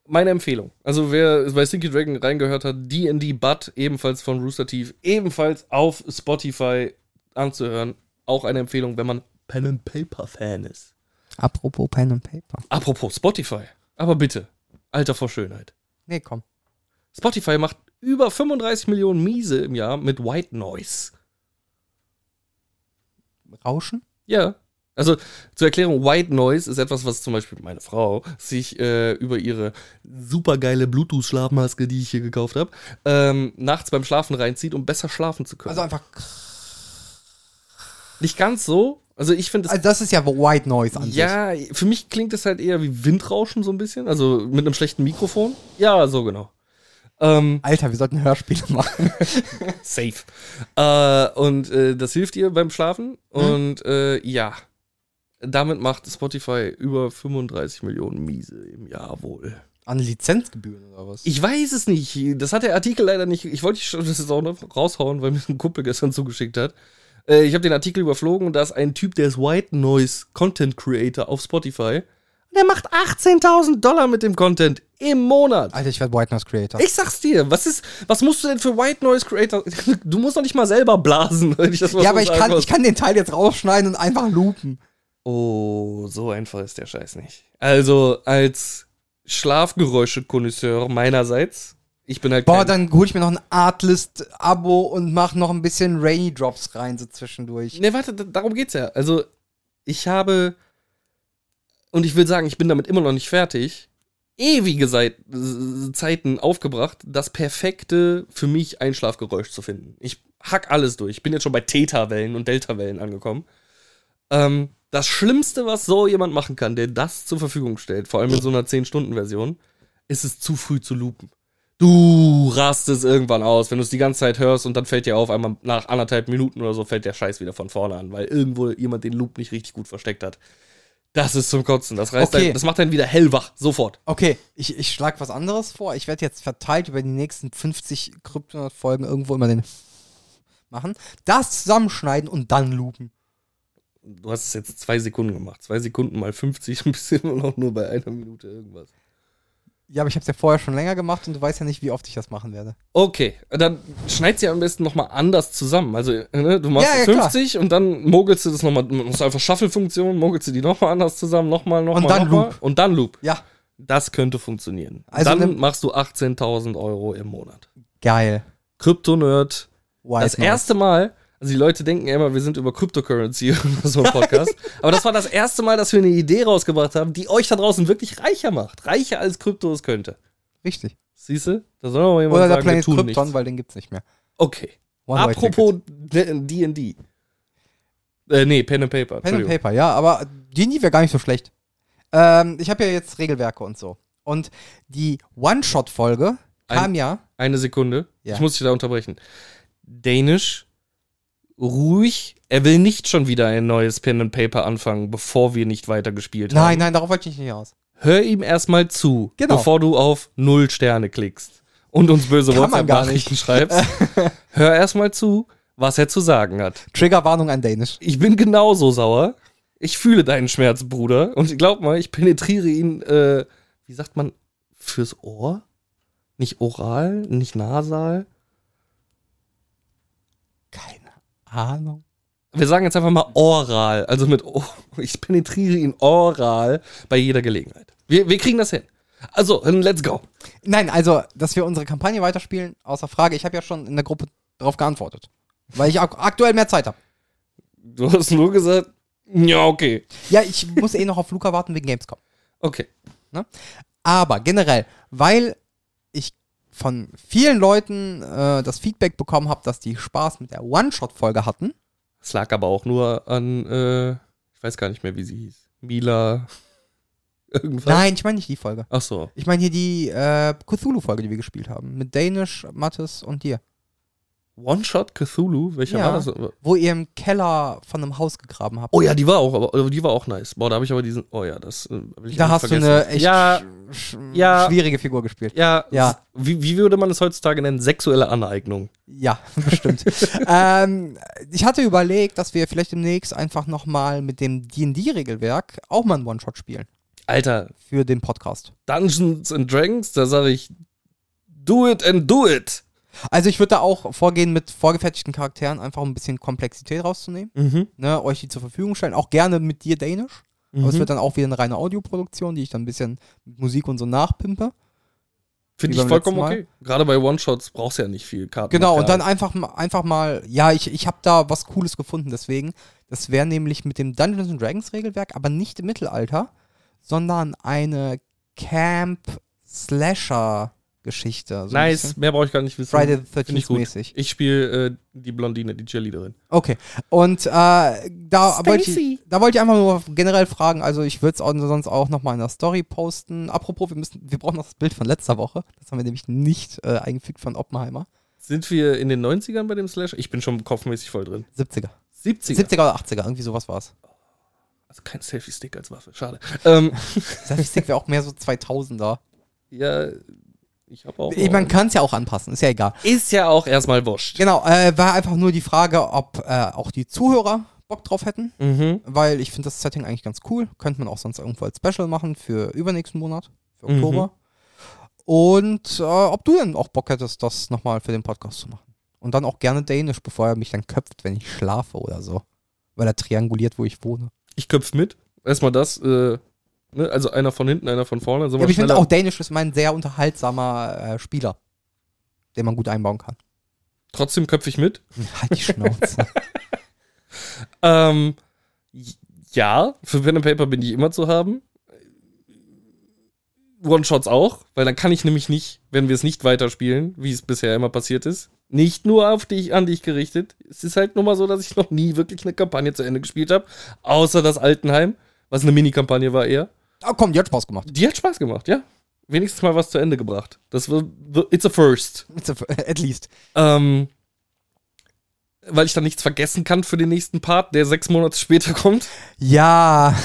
Speaker 1: meine Empfehlung. Also wer bei Stinky Dragon reingehört hat, D&D Butt, ebenfalls von Rooster Teeth, ebenfalls auf Spotify anzuhören. Auch eine Empfehlung, wenn man Pen and Paper Fan ist.
Speaker 2: Apropos Pen and Paper.
Speaker 1: Apropos Spotify, aber bitte, Alter vor Schönheit.
Speaker 2: Nee, komm.
Speaker 1: Spotify macht über 35 Millionen Miese im Jahr mit White Noise.
Speaker 2: Rauschen?
Speaker 1: Ja. Also zur Erklärung, White Noise ist etwas, was zum Beispiel meine Frau sich äh, über ihre supergeile Bluetooth-Schlafmaske, die ich hier gekauft habe, ähm, nachts beim Schlafen reinzieht, um besser schlafen zu können.
Speaker 2: Also einfach.
Speaker 1: Nicht ganz so. Also ich finde es
Speaker 2: Also das ist ja White Noise an sich.
Speaker 1: Ja, für mich klingt es halt eher wie Windrauschen so ein bisschen, also mit einem schlechten Mikrofon. Ja, so genau. Ähm,
Speaker 2: Alter, wir sollten Hörspiele machen.
Speaker 1: safe. Äh, und äh, das hilft ihr beim Schlafen. Und äh, ja, damit macht Spotify über 35 Millionen Miese im Jahr wohl.
Speaker 2: An Lizenzgebühren oder was?
Speaker 1: Ich weiß es nicht. Das hat der Artikel leider nicht. Ich wollte schon das jetzt auch noch raushauen, weil mir ein Kumpel gestern zugeschickt hat. Äh, ich habe den Artikel überflogen und da ist ein Typ, der ist White Noise Content Creator auf Spotify. Und der macht 18.000 Dollar mit dem Content im Monat.
Speaker 2: Alter, ich werde White Noise Creator.
Speaker 1: Ich sag's dir, was ist, was musst du denn für White Noise Creator? Du musst doch nicht mal selber blasen, wenn ich das mal so
Speaker 2: ja, aber ich
Speaker 1: sagen
Speaker 2: kann,
Speaker 1: muss.
Speaker 2: ich kann den Teil jetzt rausschneiden und einfach loopen.
Speaker 1: Oh, so einfach ist der Scheiß nicht. Also, als Schlafgeräusche-Konnoisseur meinerseits, ich bin halt
Speaker 2: Boah,
Speaker 1: kein-
Speaker 2: dann hol ich mir noch ein Artlist-Abo und mach noch ein bisschen Rainy Drops rein, so zwischendurch.
Speaker 1: Ne, warte, d- darum geht's ja. Also, ich habe. Und ich will sagen, ich bin damit immer noch nicht fertig. Ewige Seit s- Zeiten aufgebracht, das perfekte für mich Einschlafgeräusch zu finden. Ich hack alles durch. Ich bin jetzt schon bei Theta-Wellen und Delta-Wellen angekommen. Ähm, das Schlimmste, was so jemand machen kann, der das zur Verfügung stellt, vor allem in so einer 10-Stunden-Version, ist es zu früh zu lupen. Du rast es irgendwann aus, wenn du es die ganze Zeit hörst und dann fällt dir auf, einmal nach anderthalb Minuten oder so fällt der Scheiß wieder von vorne an, weil irgendwo jemand den Loop nicht richtig gut versteckt hat. Das ist zum Kotzen. Das, reißt
Speaker 2: Okay.
Speaker 1: einen- das macht einen wieder hellwach, sofort.
Speaker 2: Okay, ich, ich schlag was anderes vor. Ich werde jetzt verteilt über die nächsten 50 Kryptonaut-Folgen irgendwo immer den machen, das zusammenschneiden und dann loopen.
Speaker 1: Du hast es jetzt zwei Sekunden gemacht. Zwei Sekunden mal 50, ein bisschen immer noch nur bei einer Minute irgendwas.
Speaker 2: Ja, aber ich habe es ja vorher schon länger gemacht und du weißt ja nicht, wie oft ich das machen werde.
Speaker 1: Okay, dann schneid's ja am besten nochmal anders zusammen. Also, ne, du machst
Speaker 2: Ja, ja,
Speaker 1: 50 und dann mogelst du das nochmal, du machst einfach Shuffle-Funktion, mogelst du die nochmal anders zusammen, nochmal, nochmal.
Speaker 2: Und dann
Speaker 1: nochmal,
Speaker 2: Loop.
Speaker 1: Und dann Loop.
Speaker 2: Ja,
Speaker 1: Das könnte funktionieren.
Speaker 2: Also
Speaker 1: dann
Speaker 2: ne-
Speaker 1: machst du 18.000 Euro im Monat.
Speaker 2: geil.
Speaker 1: Krypto-Nerd.
Speaker 2: White
Speaker 1: Das
Speaker 2: Noise.
Speaker 1: erste Mal, also die Leute denken ja immer, wir sind über Cryptocurrency oder so ein Podcast. Aber das war das erste Mal, dass wir eine Idee rausgebracht haben, die euch da draußen wirklich reicher macht. Reicher als Krypto es könnte.
Speaker 2: Richtig.
Speaker 1: Siehst du? Da soll noch jemand
Speaker 2: Oder der
Speaker 1: sagen, wir
Speaker 2: Planet
Speaker 1: tun
Speaker 2: Krypton,
Speaker 1: nichts.
Speaker 2: weil den gibt's nicht mehr.
Speaker 1: Okay.
Speaker 2: One-Way-Ticket.
Speaker 1: Apropos D&D. Äh, nee, Pen and Paper.
Speaker 2: Pen and
Speaker 1: Entschuldigung.
Speaker 2: Paper, ja, aber D&D wäre gar nicht so schlecht. Ähm, ich habe ja jetzt Regelwerke und so. Und die One-Shot-Folge
Speaker 1: Ein-
Speaker 2: kam ja.
Speaker 1: Eine Sekunde.
Speaker 2: Ja.
Speaker 1: Ich muss dich da unterbrechen. Dänisch, ruhig. Er will nicht schon wieder ein neues Pen and Paper anfangen, bevor wir nicht weitergespielt haben.
Speaker 2: Nein, nein, darauf wollte ich nicht hinaus.
Speaker 1: Hör ihm erstmal zu,
Speaker 2: Genau.
Speaker 1: bevor du auf Null Sterne klickst und uns böse
Speaker 2: Kann man gar
Speaker 1: WhatsApp-Nachrichten schreibst. Hör erstmal zu, was er zu sagen hat.
Speaker 2: Triggerwarnung an Dänisch.
Speaker 1: Ich bin genauso sauer. Ich fühle deinen Schmerz, Bruder. Und glaub mal, ich penetriere ihn, äh, wie sagt man, fürs Ohr? Nicht oral, nicht nasal.
Speaker 2: Keine Ahnung.
Speaker 1: Wir sagen jetzt einfach mal oral, also mit O. Ich penetriere ihn oral bei jeder Gelegenheit. Wir, wir kriegen das hin. Also, dann let's go.
Speaker 2: Nein, also, dass wir unsere Kampagne weiterspielen, außer Frage. Ich habe ja schon in der Gruppe darauf geantwortet. Weil ich ak aktuell mehr Zeit habe.
Speaker 1: Du hast nur gesagt, ja, okay.
Speaker 2: Ja, ich muss eh noch auf Luca warten wegen Gamescom.
Speaker 1: Okay.
Speaker 2: Aber generell, weil ich von vielen Leuten äh, das Feedback bekommen habe, dass die Spaß mit der One-Shot-Folge hatten.
Speaker 1: Es lag aber auch nur an, äh, ich weiß gar nicht mehr, wie sie hieß. Mila. Irgendwas.
Speaker 2: Nein, ich meine nicht die Folge.
Speaker 1: Ach so.
Speaker 2: Ich meine hier die äh, Cthulhu-Folge, die wir gespielt haben. Mit Danish, Mattes und dir.
Speaker 1: One-Shot Cthulhu? Welcher
Speaker 2: Ja.
Speaker 1: war das?
Speaker 2: Wo ihr im Keller von einem Haus gegraben habt.
Speaker 1: Oh ja, die war auch, aber die war auch nice. Boah, da habe ich aber diesen. Oh ja, das äh, will ich
Speaker 2: da
Speaker 1: nicht
Speaker 2: hast
Speaker 1: vergessen.
Speaker 2: du eine echt
Speaker 1: Ja,
Speaker 2: sch- sch-
Speaker 1: ja.
Speaker 2: schwierige Figur gespielt.
Speaker 1: ja,
Speaker 2: Ja.
Speaker 1: s- Wie, wie würde man es heutzutage nennen? Sexuelle Aneignung.
Speaker 2: Ja, bestimmt. ähm, ich hatte überlegt, dass wir vielleicht demnächst einfach nochmal mit dem D&D-Regelwerk auch mal einen One-Shot spielen.
Speaker 1: Alter,
Speaker 2: Für den Podcast.
Speaker 1: Dungeons and Dragons, da sage ich, do it and do it.
Speaker 2: Also ich würde da auch vorgehen mit vorgefertigten Charakteren, einfach um ein bisschen Komplexität rauszunehmen,
Speaker 1: Mhm.
Speaker 2: ne, euch die zur Verfügung stellen, auch gerne mit dir Dänisch, aber es
Speaker 1: Mhm.
Speaker 2: wird dann auch wieder eine reine Audioproduktion, die ich dann ein bisschen mit Musik und so nachpimpe.
Speaker 1: Finde
Speaker 2: Wie
Speaker 1: ich
Speaker 2: beim
Speaker 1: vollkommen
Speaker 2: letzten Mal.
Speaker 1: okay. Gerade bei One-Shots brauchst du ja nicht viel Karten.
Speaker 2: Genau, und dann einfach, ma- einfach mal, ja, ich, ich habe da was Cooles gefunden, deswegen. Das wäre nämlich mit dem Dungeons and Dragons Regelwerk, aber nicht im Mittelalter, sondern eine Camp-Slasher-Geschichte. So ein
Speaker 1: Nice,
Speaker 2: bisschen
Speaker 1: mehr brauche ich gar nicht wissen.
Speaker 2: Friday the
Speaker 1: Finde ich
Speaker 2: 13th
Speaker 1: gut.
Speaker 2: mäßig.
Speaker 1: Ich spiele äh, die Blondine, die Cheerleaderin.
Speaker 2: Okay. Und äh, da wollte ich,
Speaker 1: Stacy.
Speaker 2: da wollte ich einfach nur generell fragen, also ich würde es sonst auch nochmal in der Story posten. Apropos, wir müssen, wir brauchen noch das Bild von letzter Woche. Das haben wir nämlich nicht äh, eingefügt von Oppenheimer.
Speaker 1: Sind wir in den 90ern bei dem Slash? Ich bin schon kopfmäßig voll drin.
Speaker 2: 70er.
Speaker 1: 70er.
Speaker 2: 70er oder 80er, irgendwie sowas war's.
Speaker 1: Also kein Selfie-Stick als Waffe, schade. Ähm,
Speaker 2: Statistik wäre auch mehr so 2000er.
Speaker 1: ja, ich habe auch.
Speaker 2: Man kann es ja auch anpassen, ist ja egal.
Speaker 1: ist ja auch erstmal wurscht.
Speaker 2: Genau, äh, war einfach nur die Frage, ob äh, auch die Zuhörer Bock drauf hätten,
Speaker 1: Mhm.
Speaker 2: weil ich finde das Setting eigentlich ganz cool. Könnte man auch sonst irgendwo als Special machen für übernächsten Monat, für
Speaker 1: Mhm.
Speaker 2: Oktober. Und äh, ob du denn auch Bock hättest, das nochmal für den Podcast zu machen. Und dann auch gerne Dänisch, bevor er mich dann köpft, wenn ich schlafe oder so. Weil er trianguliert, wo ich wohne.
Speaker 1: Ich köpf mit. Erstmal das, äh, ne? also einer von hinten, einer von vorne. Dann sind
Speaker 2: Ja,
Speaker 1: wir
Speaker 2: aber ich finde
Speaker 1: schneller.
Speaker 2: auch Dänisch ist mein sehr unterhaltsamer äh, Spieler, den man gut einbauen kann.
Speaker 1: Trotzdem köpf ich mit.
Speaker 2: Halt die Schnauze.
Speaker 1: Ähm, j- ja, für Pen and Paper bin ich immer zu haben. One-Shots auch, weil dann kann ich nämlich nicht, wenn wir es nicht weiterspielen, wie es bisher immer passiert ist, nicht nur auf dich, an dich gerichtet. Es ist halt nur mal so, dass ich noch nie wirklich eine Kampagne zu Ende gespielt habe, außer das Altenheim, was eine Mini-Kampagne war eher.
Speaker 2: Ah, komm, die hat Spaß gemacht.
Speaker 1: Die hat Spaß gemacht, ja. Wenigstens mal was zu Ende gebracht. Das war, it's a first.
Speaker 2: It's a- At least.
Speaker 1: Ähm, weil ich dann nichts vergessen kann für den nächsten Part, der sechs Monate später kommt.
Speaker 2: Ja.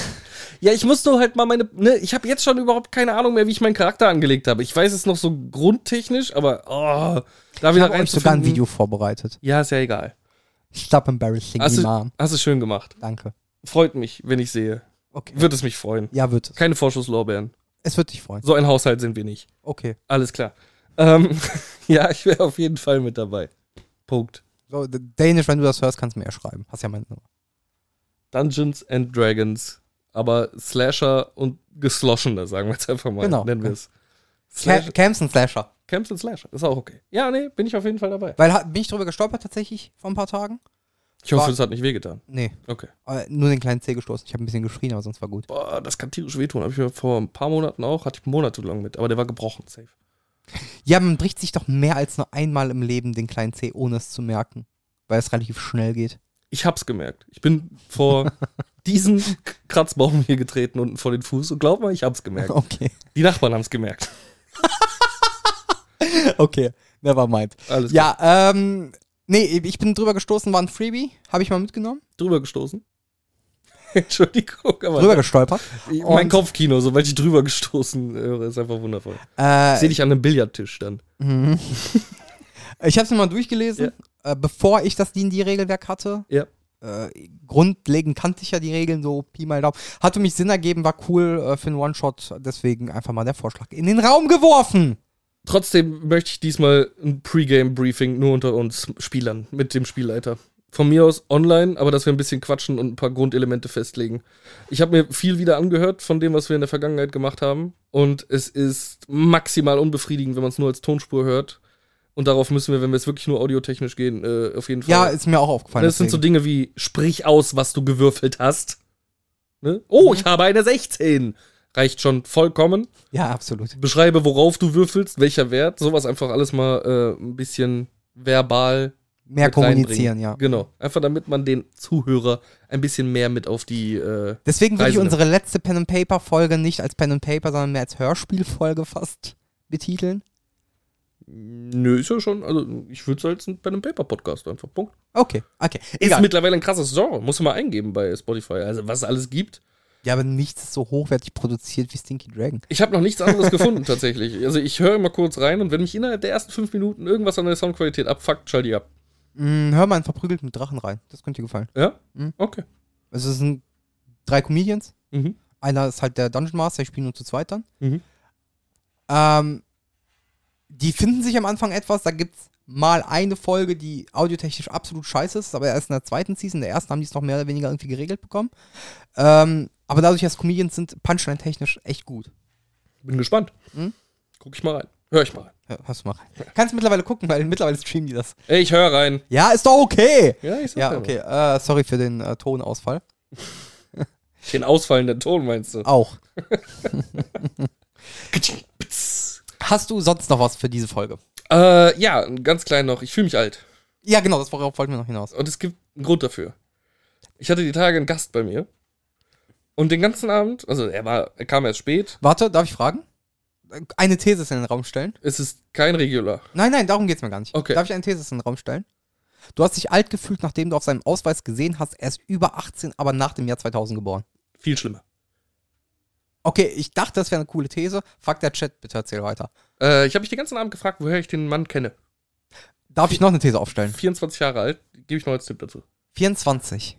Speaker 1: Ja, ich muss nur halt mal meine. Ne, ich habe jetzt schon überhaupt keine Ahnung mehr, wie ich meinen Charakter angelegt habe. Ich weiß es noch so grundtechnisch, aber oh, da
Speaker 2: Ich
Speaker 1: wieder
Speaker 2: habe euch sogar ein
Speaker 1: reinzufinden-
Speaker 2: Video vorbereitet.
Speaker 1: Ja, ist ja egal.
Speaker 2: Stop embarrassing
Speaker 1: Hast
Speaker 2: me,
Speaker 1: du,
Speaker 2: Mom.
Speaker 1: hast du schön gemacht.
Speaker 2: Danke.
Speaker 1: Freut mich, wenn ich sehe.
Speaker 2: Okay.
Speaker 1: Wird es mich freuen.
Speaker 2: Ja, wird es.
Speaker 1: Keine Vorschusslorbeeren.
Speaker 2: Es wird dich freuen.
Speaker 1: So ein Haushalt sind wir nicht.
Speaker 2: Okay.
Speaker 1: Alles klar. Ähm, ja, ich wäre auf jeden Fall mit dabei. Punkt.
Speaker 2: So, d- Dänisch, wenn du das hörst, kannst du mir ja schreiben. Hast ja meine Nummer.
Speaker 1: Dungeons and Dragons. Aber Slasher und Gesloschener, sagen wir jetzt einfach mal.
Speaker 2: Genau.
Speaker 1: Nennen wir es.
Speaker 2: Ca-
Speaker 1: Slash,
Speaker 2: Camps und Slasher.
Speaker 1: Camps and Slasher. Ist auch okay. Ja, nee, bin ich auf jeden Fall dabei.
Speaker 2: Weil ha- bin ich drüber gestolpert tatsächlich vor ein paar Tagen?
Speaker 1: Ich hoffe,
Speaker 2: War-
Speaker 1: es hat nicht wehgetan.
Speaker 2: Nee.
Speaker 1: Okay.
Speaker 2: Äh, Nur den kleinen Zeh gestoßen. Ich habe ein bisschen geschrien, aber sonst war gut.
Speaker 1: Boah, das kann tierisch wehtun. Habe ich mir vor ein paar Monaten auch, hatte ich monatelang mit, aber der war gebrochen, safe.
Speaker 2: Ja, man bricht sich doch mehr als nur einmal im Leben den kleinen Zeh, ohne es zu merken. Weil es relativ schnell geht.
Speaker 1: Ich hab's gemerkt. Ich bin vor diesen K- Kratzbaum hier getreten unten vor den Fuß und glaub mal, ich hab's gemerkt.
Speaker 2: Okay.
Speaker 1: Die Nachbarn haben's gemerkt.
Speaker 2: Okay. Never mind.
Speaker 1: Alles klar.
Speaker 2: Ja, ähm, nee, ich bin drüber gestoßen, war ein Freebie, habe ich mal mitgenommen.
Speaker 1: drüber gestoßen. Entschuldigung, aber
Speaker 2: Drüber gestolpert.
Speaker 1: Ich- mein
Speaker 2: und-
Speaker 1: Kopfkino, sobald ich drüber gestoßen höre, ist einfach wundervoll. Ich
Speaker 2: Äh,
Speaker 1: sehe dich an einem Billardtisch dann.
Speaker 2: mhm. ich habe es mal durchgelesen, äh, bevor ich das D&D-Regelwerk hatte.
Speaker 1: Ja.
Speaker 2: Äh, grundlegend kannte ich ja die Regeln so Pi mal Daumen. Hatte mich Sinn ergeben, war cool äh, für einen One-Shot, deswegen einfach mal der Vorschlag in den Raum geworfen.
Speaker 1: Trotzdem möchte ich diesmal ein Pre-Game-Briefing nur unter uns Spielern mit dem Spielleiter. Von mir aus online, aber dass wir ein bisschen quatschen und ein paar Grundelemente festlegen. Ich habe mir viel wieder angehört von dem, was wir in der Vergangenheit gemacht haben. Und es ist maximal unbefriedigend, wenn man es nur als Tonspur hört. Und darauf müssen wir, wenn wir es wirklich nur audiotechnisch gehen, äh, auf jeden Fall.
Speaker 2: Ja, ist mir auch aufgefallen.
Speaker 1: das sind so
Speaker 2: deswegen.
Speaker 1: Dinge wie, sprich aus, was du gewürfelt hast. Ne? Oh,
Speaker 2: Mhm.
Speaker 1: ich habe eine 16. Reicht schon vollkommen
Speaker 2: ja, absolut.
Speaker 1: beschreibe, worauf du würfelst, welcher Wert, sowas einfach alles mal äh, ein bisschen verbal.
Speaker 2: Mehr
Speaker 1: mit
Speaker 2: kommunizieren,
Speaker 1: reinbringen.
Speaker 2: ja.
Speaker 1: Genau. Einfach damit man den Zuhörer ein bisschen mehr mit auf die. Äh,
Speaker 2: Deswegen würde ich
Speaker 1: Reisende.
Speaker 2: unsere letzte Pen and Paper Folge nicht als Pen and Paper, sondern mehr als Hörspielfolge fast betiteln.
Speaker 1: nö, ist ja schon. Also, ich würde es als ein Pen and Paper Podcast einfach. Punkt.
Speaker 2: Okay, okay.
Speaker 1: Ist
Speaker 2: Egal.
Speaker 1: mittlerweile ein krasses Genre. Muss man mal eingeben bei Spotify. Also, was es alles gibt.
Speaker 2: ja, aber nichts ist so hochwertig produziert wie Stinky Dragon.
Speaker 1: Ich habe noch nichts anderes gefunden, tatsächlich. Also, ich höre immer kurz rein und wenn mich innerhalb der ersten fünf Minuten irgendwas an der Soundqualität abfuckt, schalte ich ab.
Speaker 2: Mm, hör mal einen verprügelten Drachen rein. Das könnte dir gefallen.
Speaker 1: Ja?
Speaker 2: Mhm.
Speaker 1: Okay.
Speaker 2: Also es sind drei Comedians.
Speaker 1: Mhm.
Speaker 2: Einer ist halt der Dungeon Master, ich spiele nur zu zweit dann.
Speaker 1: Mhm.
Speaker 2: Ähm, die finden sich am Anfang etwas, da gibt's mal eine Folge, die audiotechnisch absolut scheiße ist, aber erst in der zweiten Season, in der ersten haben die es noch mehr oder weniger irgendwie geregelt bekommen. Ähm, aber dadurch, dass Comedians sind, Punchline-technisch echt gut.
Speaker 1: Bin gespannt.
Speaker 2: Mhm.
Speaker 1: Guck ich mal rein. Hör ich mal.
Speaker 2: Ja, hast du mal rein. Kannst mittlerweile gucken, weil mittlerweile streamen die das.
Speaker 1: Ich höre rein.
Speaker 2: Ja, ist doch okay.
Speaker 1: Ja, ich sag
Speaker 2: Ja,
Speaker 1: mal.
Speaker 2: okay. Äh, sorry für den äh, Tonausfall.
Speaker 1: Den ausfallenden Ton meinst du?
Speaker 2: Auch.
Speaker 1: Ptz.
Speaker 2: Hast du sonst noch was für diese Folge?
Speaker 1: Äh, ja, ganz klein noch. Ich fühle mich alt.
Speaker 2: Ja, genau, das worauf wollten wir noch hinaus.
Speaker 1: Und es gibt einen Grund dafür. Ich hatte die Tage einen Gast bei mir. Und den ganzen Abend, also er war, er kam erst spät.
Speaker 2: Warte, darf ich fragen? Eine These in den Raum stellen?
Speaker 1: Es ist kein Regular.
Speaker 2: Nein, nein, darum geht's mir gar nicht.
Speaker 1: Okay.
Speaker 2: Darf ich eine These in den Raum stellen? Du hast dich alt gefühlt, nachdem du auf seinem Ausweis gesehen hast, er ist über 18, aber nach dem Jahr 2000 geboren.
Speaker 1: Viel schlimmer.
Speaker 2: Okay, ich dachte, das wäre eine coole These. Fuck der Chat, bitte erzähl weiter.
Speaker 1: Äh, ich habe mich den ganzen Abend gefragt, woher ich den Mann kenne.
Speaker 2: Darf ich noch eine These aufstellen?
Speaker 1: 24 Jahre alt, gebe ich noch als Tipp dazu.
Speaker 2: 24.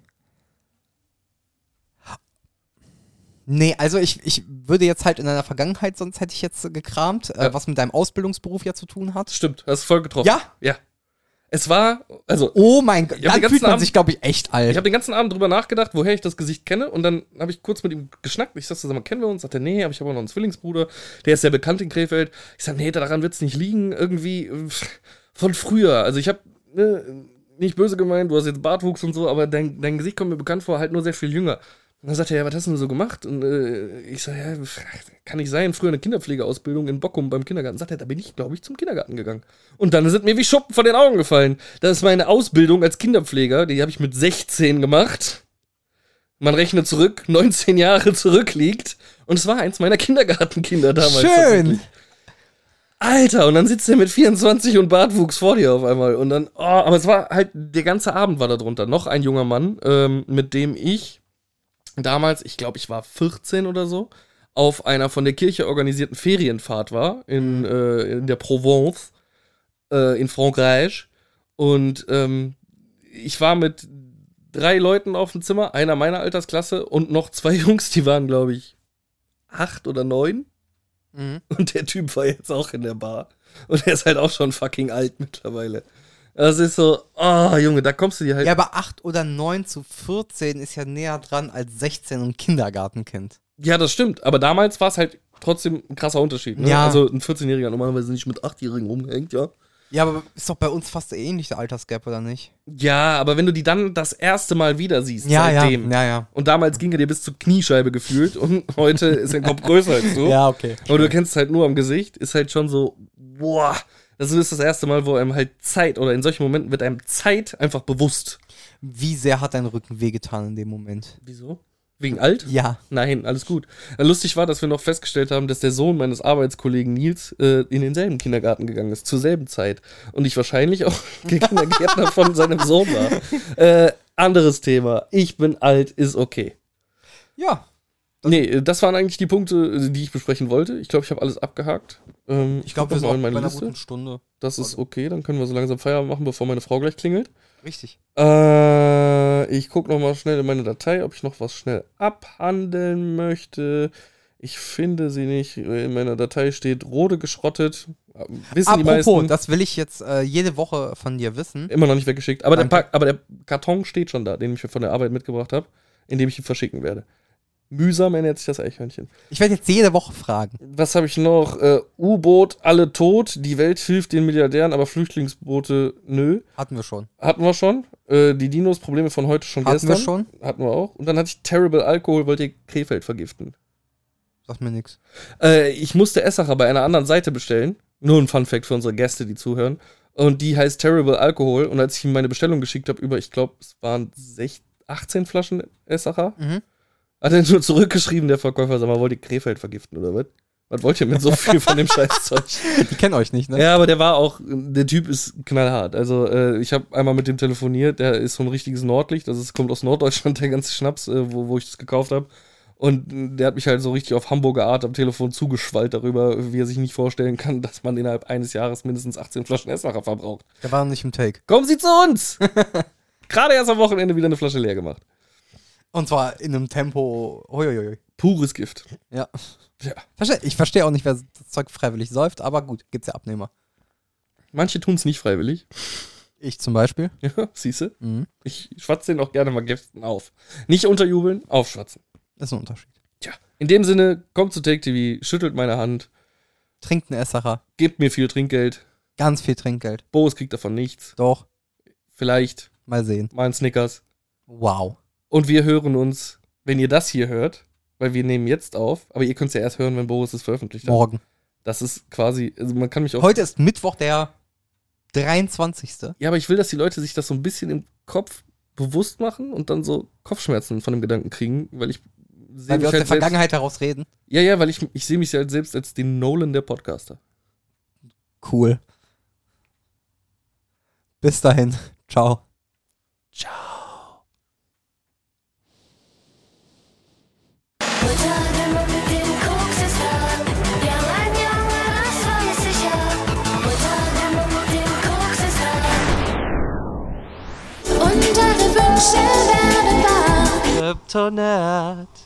Speaker 2: Nee, also ich, ich würde jetzt halt in deiner Vergangenheit, sonst hätte ich jetzt äh, gekramt, äh,
Speaker 1: Ja.
Speaker 2: was mit deinem Ausbildungsberuf ja zu tun hat.
Speaker 1: Stimmt, hast voll getroffen.
Speaker 2: Ja.
Speaker 1: Ja. Es war, also
Speaker 2: Oh mein Gott,
Speaker 1: Ich hab
Speaker 2: dann
Speaker 1: den ganzen
Speaker 2: fühlt man
Speaker 1: Abend-
Speaker 2: sich, glaube ich, echt
Speaker 1: Ich
Speaker 2: alt.
Speaker 1: habe den ganzen Abend drüber nachgedacht, woher ich das Gesicht kenne. Und dann habe ich kurz mit ihm geschnackt. Ich sagte, sag mal, kennen wir uns? Sagt er, nee, aber ich habe auch noch einen Zwillingsbruder. Der ist sehr bekannt in Krefeld. Ich sage, nee, daran wird es nicht liegen. Irgendwie äh, von früher. Also ich habe ne, nicht böse gemeint, du hast jetzt Bartwuchs und so, aber dein, dein Gesicht kommt mir bekannt vor, halt nur sehr viel jünger. Und dann sagt er, ja, was hast du denn so gemacht? Und äh, ich sage, ja, pf, kann nicht sein. Früher eine Kinderpflegeausbildung in Bockum beim Kindergarten. Sagt er, da bin ich, glaube ich, zum Kindergarten gegangen. Und dann sind mir wie Schuppen von den Augen gefallen. Das ist meine Ausbildung als Kinderpfleger. Die habe ich mit 16 gemacht. Man rechnet zurück, 19 Jahre zurückliegt. Und es war eins meiner Kindergartenkinder damals.
Speaker 2: Schön.
Speaker 1: Alter, und dann sitzt er mit 24 und Bartwuchs vor dir auf einmal. Und dann, oh, aber es war halt, der ganze Abend war da drunter. Noch ein junger Mann, ähm, mit dem ich damals, ich glaube, ich war 14 oder so, auf einer von der Kirche organisierten Ferienfahrt war, in, äh, in der Provence, äh, in Frankreich. Und ähm, ich war mit drei Leuten auf dem Zimmer, einer meiner Altersklasse und noch zwei Jungs, die waren, glaube ich, acht oder neun.
Speaker 2: Mhm.
Speaker 1: Und der Typ war jetzt auch in der Bar. Und er ist halt auch schon fucking alt mittlerweile. Das ist so, ah, Junge, da kommst du dir halt.
Speaker 2: Ja, aber 8 oder 9 zu 14 ist ja näher dran als 16 und Kindergartenkind.
Speaker 1: Ja, das stimmt. Aber damals war es halt trotzdem ein krasser Unterschied. Ne?
Speaker 2: Ja.
Speaker 1: Also ein 14-Jähriger normalerweise nicht mit 8-Jährigen rumhängt, ja.
Speaker 2: Ja, aber ist doch bei uns fast ähnlich der Altersgap, oder nicht?
Speaker 1: Ja, aber wenn du die dann das erste Mal wieder siehst, seitdem.
Speaker 2: ja, ja.
Speaker 1: Und damals ging er dir bis zur Kniescheibe gefühlt und heute ist dein Kopf größer als du.
Speaker 2: Ja, okay.
Speaker 1: Aber du kennst es halt nur am Gesicht, ist halt schon so, boah. Das ist das erste Mal, wo einem halt Zeit oder in solchen Momenten wird einem Zeit einfach bewusst.
Speaker 2: Wie sehr hat dein Rücken wehgetan in dem Moment?
Speaker 1: Wieso? Wegen alt?
Speaker 2: Ja.
Speaker 1: Nein, alles gut. Äh, Lustig war, dass wir noch festgestellt haben, dass der Sohn meines Arbeitskollegen Nils äh, in denselben Kindergarten gegangen ist, zur selben Zeit. Und ich wahrscheinlich auch der Kindergärtner von seinem Sohn war. Äh, anderes Thema. Ich bin alt, ist okay.
Speaker 2: Ja.
Speaker 1: Nee, äh, das waren eigentlich die Punkte, äh, die ich besprechen wollte. Ich glaube, ich habe alles abgehakt. Ähm,
Speaker 2: Ich glaube,
Speaker 1: guck
Speaker 2: wir
Speaker 1: noch mal
Speaker 2: sind auch
Speaker 1: in
Speaker 2: bei
Speaker 1: meine
Speaker 2: einer
Speaker 1: Liste.
Speaker 2: guten Stunde.
Speaker 1: Das ist okay, dann können wir so langsam Feierabend machen, bevor meine Frau gleich klingelt.
Speaker 2: Richtig.
Speaker 1: Äh, ich gucke nochmal schnell in meine Datei, ob ich noch was schnell abhandeln möchte. Ich finde sie nicht. In meiner Datei steht Rode geschrottet. Äh, Wissen die
Speaker 2: Apropos,
Speaker 1: meisten.
Speaker 2: das will ich jetzt äh, jede Woche von dir wissen.
Speaker 1: immer noch nicht weggeschickt. Aber der,
Speaker 2: Danke.
Speaker 1: Pack, aber der Karton steht schon da, den ich mir von der Arbeit mitgebracht habe, indem ich ihn verschicken werde. Mühsam ernährt sich das Eichhörnchen.
Speaker 2: Ich werde jetzt jede Woche fragen.
Speaker 1: Was habe ich noch? Äh, U-Boot, alle tot. Die Welt hilft den Milliardären, aber Flüchtlingsboote, nö.
Speaker 2: Hatten wir schon.
Speaker 1: Hatten wir schon. Äh, die Dinos, Probleme von heute schon
Speaker 2: Hatten
Speaker 1: gestern.
Speaker 2: wir schon?
Speaker 1: Hatten wir auch. Und dann hatte ich Terrible Alkohol, wollte Krefeld vergiften.
Speaker 2: Sagt mir nichts.
Speaker 1: Äh, ich musste Essacher bei einer anderen Seite bestellen. Nur ein Fun Fact für unsere Gäste, die zuhören. Und die heißt Terrible Alkohol. Und als ich ihm meine Bestellung geschickt habe, über, ich glaube, es waren 16, 18 Flaschen Essacher,
Speaker 2: Mhm.
Speaker 1: hat er nur zurückgeschrieben, der Verkäufer, sag mal, wollt ihr Krefeld vergiften oder was? Was wollt ihr mit so viel von dem Scheißzeug?
Speaker 2: Die kennen euch nicht, ne?
Speaker 1: Ja, aber der war auch, der Typ ist knallhart. Also äh, ich habe einmal mit dem telefoniert, der ist so ein richtiges Nordlicht, also es kommt aus Norddeutschland, der ganze Schnaps, äh, wo, wo ich das gekauft habe. Und äh, der hat mich halt so richtig auf Hamburger Art am Telefon zugeschwallt darüber, wie er sich nicht vorstellen kann, dass man innerhalb eines Jahres mindestens 18 Flaschen Essmacher verbraucht.
Speaker 2: Der war noch nicht im Take.
Speaker 1: Kommen Sie zu uns! Gerade erst am Wochenende wieder eine Flasche leer gemacht.
Speaker 2: Und zwar in einem Tempo. Uiuiui.
Speaker 1: Pures Gift.
Speaker 2: Ja.
Speaker 1: Ja.
Speaker 2: Verste ich verstehe auch nicht, wer das Zeug freiwillig säuft, aber gut, gibt's ja Abnehmer.
Speaker 1: Manche tun es nicht freiwillig.
Speaker 2: Ich zum Beispiel.
Speaker 1: Ja, siehste.
Speaker 2: Mhm.
Speaker 1: Ich schwatze den auch gerne mal Gästen auf. Nicht unterjubeln, aufschwatzen.
Speaker 2: Ist ein Unterschied.
Speaker 1: Tja, in dem Sinne, kommt zu Take TV, schüttelt meine Hand
Speaker 2: Trinkt einen Essacher.
Speaker 1: Gebt mir viel Trinkgeld.
Speaker 2: Ganz viel Trinkgeld.
Speaker 1: Boris kriegt davon nichts.
Speaker 2: Doch,
Speaker 1: Vielleicht
Speaker 2: mal sehen.
Speaker 1: mal ein Snickers.
Speaker 2: Wow.
Speaker 1: Und wir hören uns, wenn ihr das hier hört, weil wir nehmen jetzt auf, aber ihr könnt es ja erst hören, wenn Boris es veröffentlicht hat.
Speaker 2: Morgen.
Speaker 1: Das ist quasi, also man kann mich auch.
Speaker 2: Heute ist Mittwoch, der 23.
Speaker 1: Ja, aber ich will, dass die Leute sich das so ein bisschen im Kopf bewusst machen und dann so Kopfschmerzen von dem Gedanken kriegen, weil ich sehe
Speaker 2: Weil wir
Speaker 1: mich
Speaker 2: aus der
Speaker 1: halt selbst,
Speaker 2: Vergangenheit heraus reden.
Speaker 1: ja, ja, weil ich, ich sehe mich halt selbst als den Nolan der Podcaster.
Speaker 2: Cool. Bis dahin. Ciao.
Speaker 3: Uçarım öptüm koksuzdan Yalan yalan asfaya sıcak Uçarım öptüm koksuzdan Unter der Büchse werden war
Speaker 4: Kryptonite.